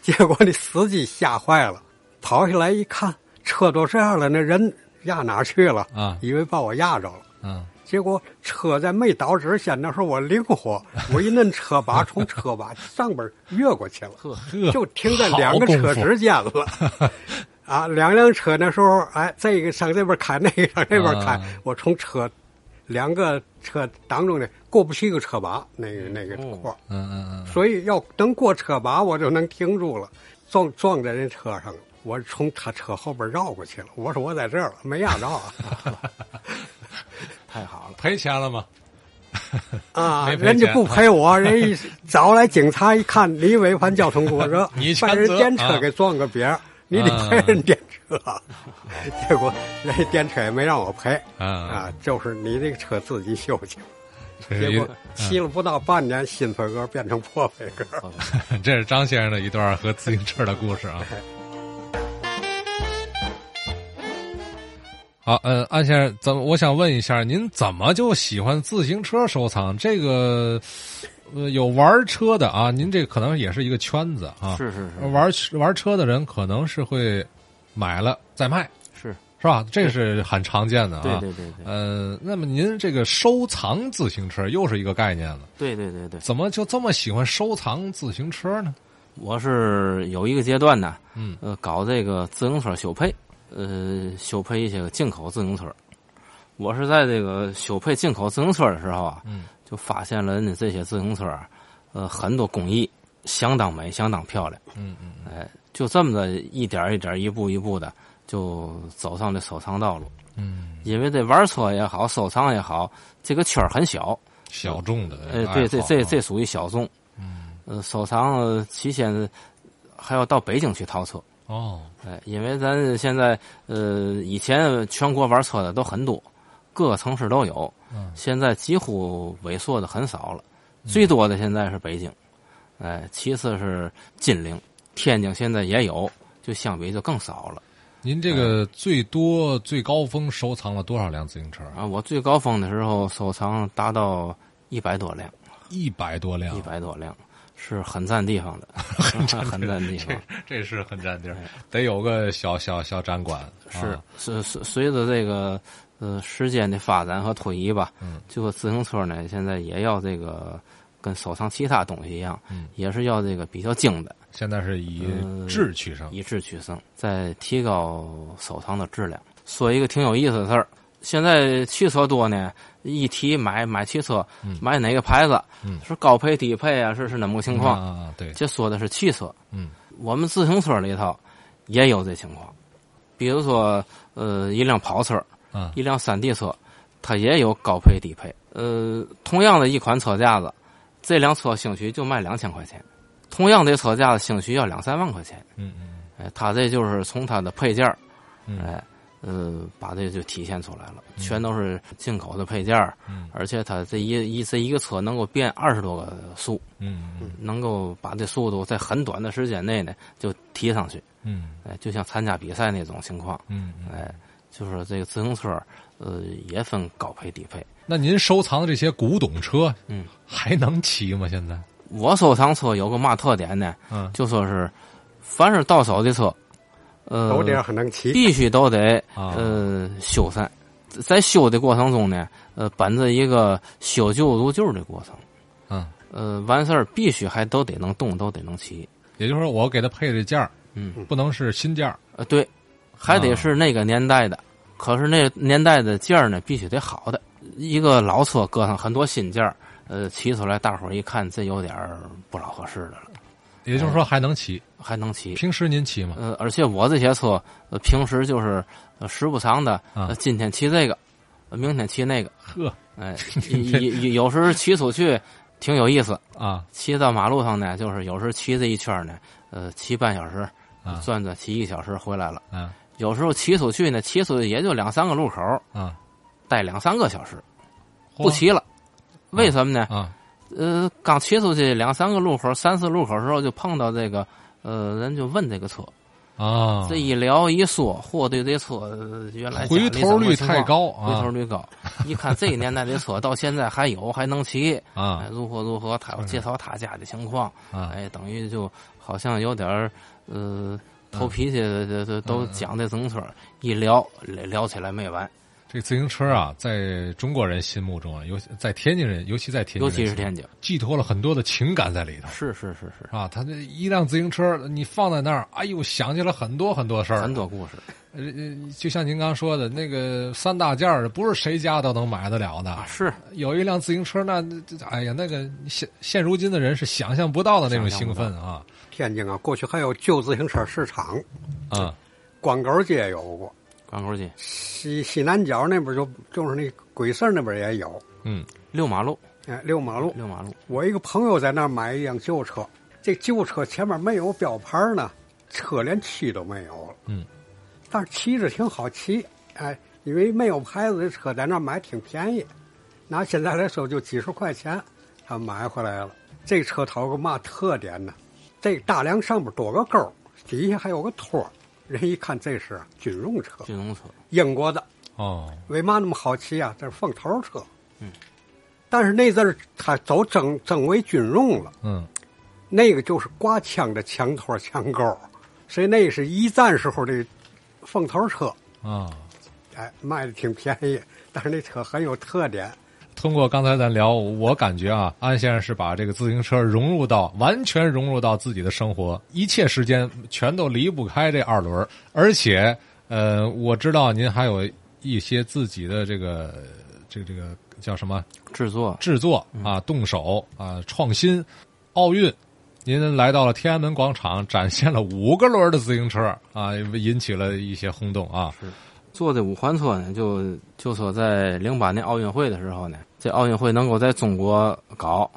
S3: 结果那司机吓坏了，跑下来一看，车都这样了，那人压哪儿去了？
S1: 啊
S3: 以为把我压着了。
S1: 嗯，
S3: 结果车在没倒之前，那时候我灵活，我一摁车 把，从车把上边越过去了，
S1: 呵，
S3: 就停在两个车之间了。啊，两辆车那时候，哎，这个上这边开，那个上那边开，
S1: 啊
S3: 我从车两个车当中呢过不去一个车把，那个那个
S2: 哦
S3: 块儿，
S1: 嗯嗯
S3: 所以要能过车把，我就能停住了，撞撞在人车上了。我从他车后边绕过去了，我说我在这儿了，没压着啊。
S2: 太 好了
S1: 嗯，，赔钱了吗？
S3: 啊，
S1: 没赔
S3: 人家
S1: 钱
S3: 不赔我，人家找来警察一看，你违反交通规则
S1: 你，全
S3: 把人
S1: 责
S3: 电
S1: 啊
S3: 车给撞个别儿，你得赔人电车。 结果人家电车也没让我赔
S1: 啊
S3: 啊，就是你这个车自己修去。
S1: 这是
S3: 结
S1: 一啊
S3: 果骑了不到半年，新飞哥变成破飞哥。
S1: 这是张先生的一段和自行车的故事啊。好，嗯，安先生，怎么？我想问一下，您怎么就喜欢自行车收藏？这个，呃，有玩车的啊，您这可能也是一个圈子啊。
S2: 是是是
S1: 玩玩车的人可能是会买了再卖，
S2: 是，
S1: 是吧？这是很常见的啊。
S2: 对对对对
S1: 呃，那么您这个收藏自行车又是一个概念了，
S2: 对对对对，
S1: 怎么就这么喜欢收藏自行车呢？
S2: 我是有一个阶段呢，
S1: 嗯，
S2: 呃，搞这个自行车修配，呃，修配一些进口自行车。我是在这个修配进口自行车的时候啊，
S1: 嗯，
S2: 就发现了人家这些自行车啊，呃，很多工艺相当美，相当漂亮。
S1: 嗯
S2: 嗯，哎，就这么的一点儿一点儿，一步一步的就走上了收藏道路。
S1: 嗯，
S2: 因为这玩车也好，收藏也好，这个圈儿很小，
S1: 小众的
S2: 哎
S1: 爱，好
S2: 对，这这
S1: 啊
S2: 这属于小众。嗯，呃，收藏呃起先还要到北京去淘车，
S1: 哦，
S2: 哎，因为咱现在呃以前全国玩车的都很多，各个城市都有，
S1: 嗯
S2: 现在几乎萎缩的很少了，最多的现在是北京，哎，其次是金陵，天津现在也有，就相比就更少了。
S1: 您这个最多最高峰收藏了多少辆自行车啊？
S2: 啊，我最高峰的时候收藏达到一百多辆，
S1: 一百多辆
S2: 一，百多辆是很占地方的，哎 很占地方。
S1: 这是很占地儿，
S2: 哎
S1: 得有个小小小展馆。
S2: 是
S1: 啊
S2: 是随随着这个呃时间的发展和推移吧，嗯，这个自行车呢现在也要这个跟收藏其他东西一样，
S1: 嗯，
S2: 也是要这个比较精的，
S1: 现在是以
S2: 呃
S1: 质取胜。
S2: 以质取胜，再提高收藏的质量。说一个挺有意思的事儿，现在汽车多呢，一提买买汽车，买哪个牌子，
S1: 嗯
S2: 是高配低配啊，是是哪么个情况？
S1: 啊啊，啊对，
S2: 这说的是汽车，
S1: 嗯，
S2: 我们自行车里头也有这情况，比如说呃一辆跑车，
S1: 啊
S2: 一辆山地车，它也有高配低配。呃，同样的一款车架子，这辆车兴许就卖两千块钱，同样的车架子兴许要两三万块钱。
S1: 嗯嗯
S2: 哎，它这就是从它的配件儿，
S1: 嗯
S2: 哎，呃，把这就体现出来了，全都是进口的配件儿，
S1: 嗯
S2: 而且它这一一这一个车能够变二十多个速，
S1: 嗯嗯
S2: 能够把这速度在很短的时间内呢就提上去，
S1: 嗯
S2: 哎，就像参加比赛那种情况，
S1: 嗯嗯。
S2: 哎，就是这个自行车，呃，也分高配低配。
S1: 那您收藏的这些古董车，
S2: 嗯，
S1: 还能骑嘛？现在，
S2: 我收藏车有个嘛特点呢？
S1: 嗯
S2: 就说是，凡是到手的车，
S1: 嗯
S2: 呃，
S3: 有点很能骑，
S2: 必须都得
S1: 啊
S2: 呃修缮。在修的过程中呢，呃，本着一个修旧如旧的过程，
S1: 嗯，
S2: 呃，完事儿必须还都得能动，都得能骑。
S1: 也就是说，我给他配的件儿，
S2: 嗯，
S1: 不能是新件儿，
S2: 呃，对，还
S1: 啊
S2: 得是那个年代的。可是那年代的件儿呢，必须得好的。一个老车搁上很多新件儿，呃，骑出来，大伙儿一看，这有点儿不老合适的了。
S1: 也就是说还能骑。
S2: 还能骑。
S1: 平时您骑吗？
S2: 呃，而且我这些车，呃平时就是呃时不常的，
S1: 啊
S2: 呃今天骑这个，呃明天骑那个，
S1: 呵
S2: 哎，有有有时骑出去挺有意思，
S1: 啊
S2: 骑到马路上呢，就是有时骑这一圈呢，呃，骑半小时
S1: 啊，
S2: 转转骑一个小时回来了。
S1: 啊
S2: 有时候骑出去呢，骑出去也就两三个路口，
S1: 啊，
S2: 待两三个小时，
S1: 嚯
S2: 不骑了。为什么呢？
S1: 啊
S2: 呃，刚骑出去两三个路口、三四路口的时候，就碰到这个，呃，人就问这个车，
S1: 啊
S2: 这一聊一说，嚯，对这车呃原来
S1: 回头率太高
S2: 讲的一种情况回头
S1: 啊
S2: 率高。一看这个年代的车，到现在还有还能骑，哎
S1: 啊
S2: 如何如何，他要介绍他家的情况，
S1: 啊嗯
S2: 哎，等于就好像有点儿呃头皮去，这这都讲这整车，一聊聊聊起来没完，
S1: 这自行车啊，在中国人心目中啊，尤其在天津人，尤其在天津
S2: 尤
S1: 人心，
S2: 其是天津，
S1: 寄托了很多的情感在里头
S2: 是是是是，
S1: 啊。他这一辆自行车，你放在那儿，哎呦，想起了很多很多事儿
S2: 很。多故事，
S1: 呃，呃就像您刚说的那个三大件儿，不是谁家都能买得了的。
S2: 啊是
S1: 有一辆自行车，那这哎呀，那个现现如今的人是想象不到的那种
S2: 想象
S1: 兴
S2: 不到
S1: 奋啊
S3: 天津啊，过去还有旧自行车市场，
S1: 啊
S3: 广沟街有过，
S2: 关口街
S3: 西西南角那边就就是那鬼市那边也有，
S1: 嗯
S2: 六马路，
S3: 哎，六马路。
S2: 六马路，
S3: 我一个朋友在那儿买一辆旧车，这旧车前面没有标牌呢，车连漆都没有了。
S1: 嗯，
S3: 但是骑着挺好骑，哎，因为没有牌子的车在那儿买挺便宜，拿现在来说就几十块钱，他买回来了。这车它有个嘛特点呢？这大梁上边多个钩儿，底下还有个托儿，人一看这是军用车，
S2: 军用车，
S3: 英国的。
S1: 哦
S3: 为嘛那么好骑啊？这是凤头车。嗯，但是那阵儿他走整整为军用了，
S1: 嗯
S3: 那个就是挂枪的枪托枪钩，所以那是一战时候的凤头车，
S1: 啊。
S3: 哎，卖的挺便宜，但是那车很有特点。
S1: 通过刚才咱聊，我感觉啊，安先生是把这个自行车融入到完全融入到自己的生活，一切时间全都离不开这二轮儿。而且，呃，我知道您还有一些自己的这个这个这个叫什么
S2: 制作
S1: 制作啊，动手啊，创新。奥运，您来到了天安门广场，展现了五个轮儿的自行车啊，引起了一些轰动啊。
S2: 坐这五环车呢，就就说在零八年奥运会的时候呢，这奥运会能够在中国搞，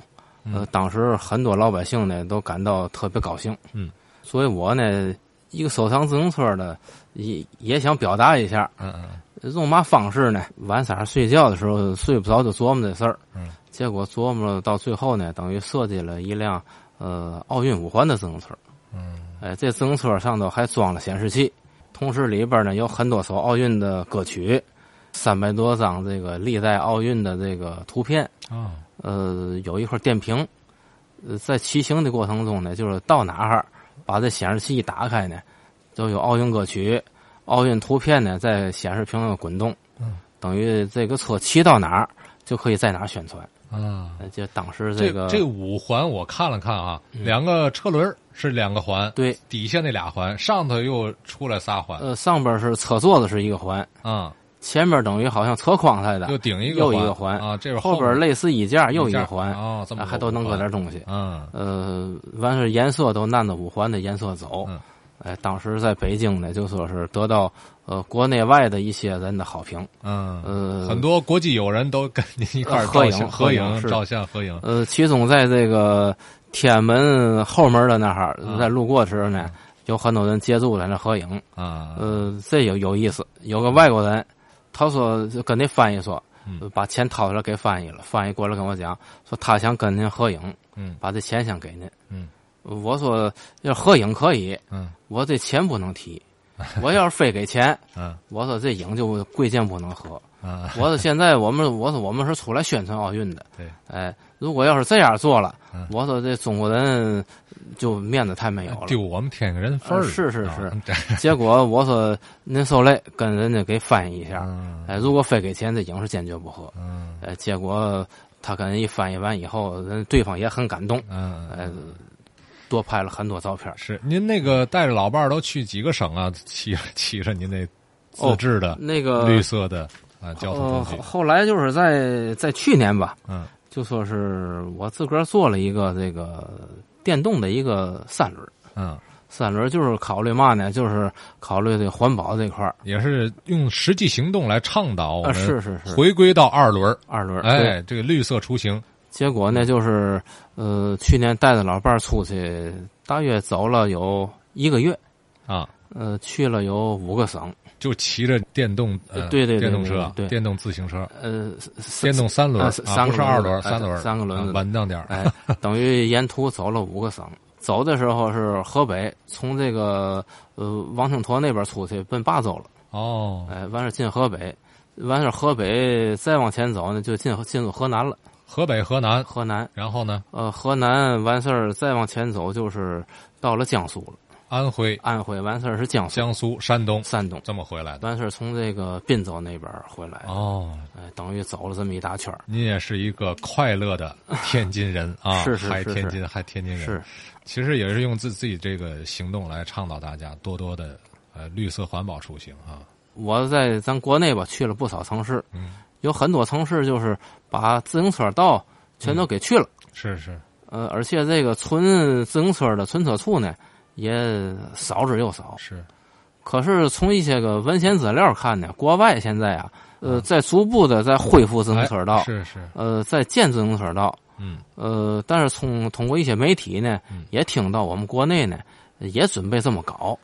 S1: 嗯
S2: 呃，当时很多老百姓呢都感到特别高兴。
S1: 嗯，
S2: 所以我呢，一个收藏自行车的，也也想表达一下，
S1: 嗯嗯
S2: 用嘛方式呢？晚上睡觉的时候睡不着，就琢磨这事儿。
S1: 嗯，
S2: 结果琢磨了到最后呢，等于设计了一辆呃奥运五环的自行车。嗯，哎，这自行车上头还装了显示器，同时里边呢有很多首奥运的歌曲，三百多张这个历代奥运的这个图片，
S1: 啊
S2: 呃，有一块电瓶。呃，在骑行的过程中呢，就是到哪儿把这显示器一打开呢，就有奥运歌曲、奥运图片呢在显示屏上滚动，
S1: 嗯
S2: 等于这个车骑到哪儿就可以在哪儿宣传。
S1: 啊。
S2: 呃就当时
S1: 这
S2: 个嗯
S1: 这五环我看了看啊，两个车轮是两个环，
S2: 对，
S1: 底下那俩环，上头又出来仨环，
S2: 呃上边是车座子是一个环，
S1: 啊，
S2: 前面等于好像车筐似
S1: 又
S2: 的，
S1: 顶一个
S2: 呃又
S1: 环
S2: 一个环
S1: 啊，这边
S2: 后边
S1: 边
S2: 类似衣架又
S1: 一
S2: 一
S1: 下
S2: 个环，
S1: 哦，这么
S2: 啊
S1: 多
S2: 还都能搁
S1: 环
S2: 点东西。
S1: 嗯
S2: 呃，完事颜色都按照五环的颜色走。
S1: 嗯
S2: 哎，当时在北京呢，就说是得到呃国内外的一些人的好评。
S1: 嗯，
S2: 呃，
S1: 很多国际友人都跟您一块儿
S2: 呃合
S1: 照
S2: 影
S1: 相、合
S2: 合影
S1: 影、
S2: 是
S1: 照相、合影，
S2: 呃，其中在这个天安门后门的那儿，
S1: 嗯
S2: 在路过的时候呢，有很多人接住在那合影。
S1: 啊，
S2: 呃，这有有意思，有个外国人，他说就跟那翻译说，
S1: 嗯
S2: 把钱掏出来给翻译了，翻译过来跟我讲说他想跟您合影，
S1: 嗯
S2: 把这钱想给您。
S1: 嗯
S2: 我说要合影可以，
S1: 嗯
S2: 我这钱不能 提，我要是非给钱，
S1: 嗯
S2: 我说这影就贵贱不能 合。
S1: 啊，
S2: 我说现在我们我说我们是出来宣传奥运的，
S1: 对，
S2: 哎，如果要是这样做了
S1: 嗯，
S2: 我说这中国人就面子太没有
S1: 丢
S2: 了。
S1: 啊我们天津人份儿，
S2: 呃是是
S1: 啊
S2: 是
S1: 这
S2: 结果我说您受累，跟人家给翻译一下，
S1: 嗯
S2: 哎，如果非给钱，这影是坚决不合。
S1: 嗯
S2: 哎，结果他跟人一翻译完以后，人对方也很感动，
S1: 嗯。
S2: 哎，多拍了很多照片。
S1: 是您那个带着老伴儿都去几个省啊？ 骑骑着您那自
S2: 哦
S1: 制的
S2: 那个
S1: 绿色的啊交通
S2: 呃，
S1: 工具
S2: 后，后来就是在在去年吧，
S1: 嗯
S2: 就说是我自个儿做了一个这个电动的一个三轮儿，
S1: 嗯，
S2: 三轮儿就是考虑嘛呢？就是考虑这环保这块儿。
S1: 也是用实际行动来倡导我
S2: 啊，
S1: 们
S2: 是是是，
S1: 回归到二轮儿，
S2: 二轮儿。对，
S1: 哎，这个绿色出行，
S2: 结果呢就是，呃，去年带着老伴儿出去，大约走了有一个月，
S1: 啊，
S2: 呃，去了有五个省，
S1: 就骑着电动，呃、
S2: 对对对
S1: 电动车、
S2: 对对对
S1: 电动自行车、
S2: 呃，三
S1: 电动三轮，
S2: 啊
S1: 啊
S2: 三三
S1: 不
S2: 个
S1: 是二轮，
S2: 轮子
S1: 三轮，
S2: 哎三个轮子
S1: 啊稳当点儿。
S2: 哎，等于沿途走了五个省。走的时候是河北，从这个呃王庆坨那边出去奔霸州了，
S1: 哦，
S2: 哎，完事进河北，完事河北再往前走呢，就进进入河南了。
S1: 河北、河南，
S2: 河南，
S1: 然后呢，
S2: 呃，河南完事儿再往前走就是到了江苏了，
S1: 安徽、
S2: 安徽完事儿是江苏、
S1: 江苏、山东，
S2: 山东，
S1: 这么回来的。
S2: 完事儿从这个滨州那边回来，
S1: 哦，
S2: 哎，等于走了这么一大圈儿。
S1: 您也是一个快乐的天津人啊，
S2: 是是是
S1: 还
S2: 是
S1: 天津，还天津人。
S2: 是，
S1: 其实也是用自自己这个行动来倡导大家多多的呃绿色环保出行啊。
S2: 我在咱国内吧去了不少城市，
S1: 嗯，
S2: 有很多城市就是把自行车道全都给去了，
S1: 是是，
S2: 呃，而且这个存自行车的存车处呢也少之又少。
S1: 是，
S2: 可是从一些个文献资料看呢，国外现在啊，呃，在逐步的在恢复自行车道，
S1: 嗯哎是是，
S2: 呃，在建自行车道，
S1: 嗯，
S2: 呃，但是从通过一些媒体呢
S1: 嗯，
S2: 也听到我们国内呢也准备这么搞。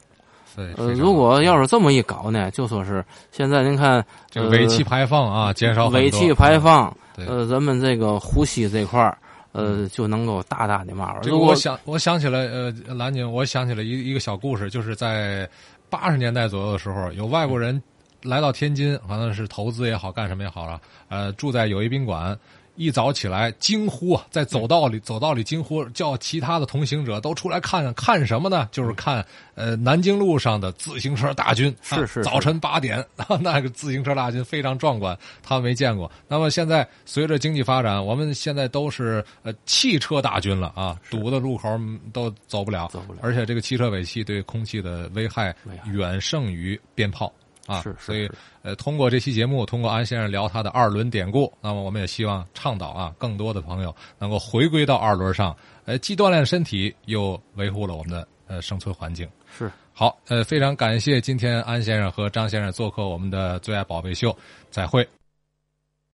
S1: 对。
S2: 呃，
S1: 非常
S2: 如果
S1: 好
S2: 要是这么一搞呢，就说是现在您看
S1: 这个尾气排放啊，减少很多
S2: 呃
S1: 嗯
S2: 尾气排放，
S1: 对嗯
S2: 呃，咱们这个呼吸这块儿，呃，就能够大大的嘛玩。
S1: 这个
S2: 如
S1: 我
S2: 果
S1: 想，我想起来，呃，兰宁，我想起来一一个小故事，就是在八十年代左右的时候，有外国人来到天津，反正是投资也好，干什么也好了，呃，住在友谊宾馆。一早起来惊呼啊，在走道里走道里惊呼，叫其他的同行者都出来看看，看什么呢？就是看呃南京路上的自行车大军，
S2: 是
S1: 啊
S2: 是是
S1: 早晨八点， 那个自行车大军非常壮观，他们没见过。那么现在随着经济发展，我们现在都是呃汽车大军了啊，堵的路口嗯都走不了，
S2: 走不了
S1: 而且这个汽车尾气对空气的危害
S2: 危害
S1: 远胜于鞭炮啊，
S2: 是是
S1: 所以
S2: 是
S1: 呃，通过这期节目，通过安先生聊他的二轮典故，那么我们也希望倡导啊，更多的朋友能够回归到二轮上，呃，既锻炼身体，又维护了我们的呃生存环境。
S2: 是
S1: 好，呃，非常感谢今天安先生和张先生做客我们的最爱宝贝秀，再会。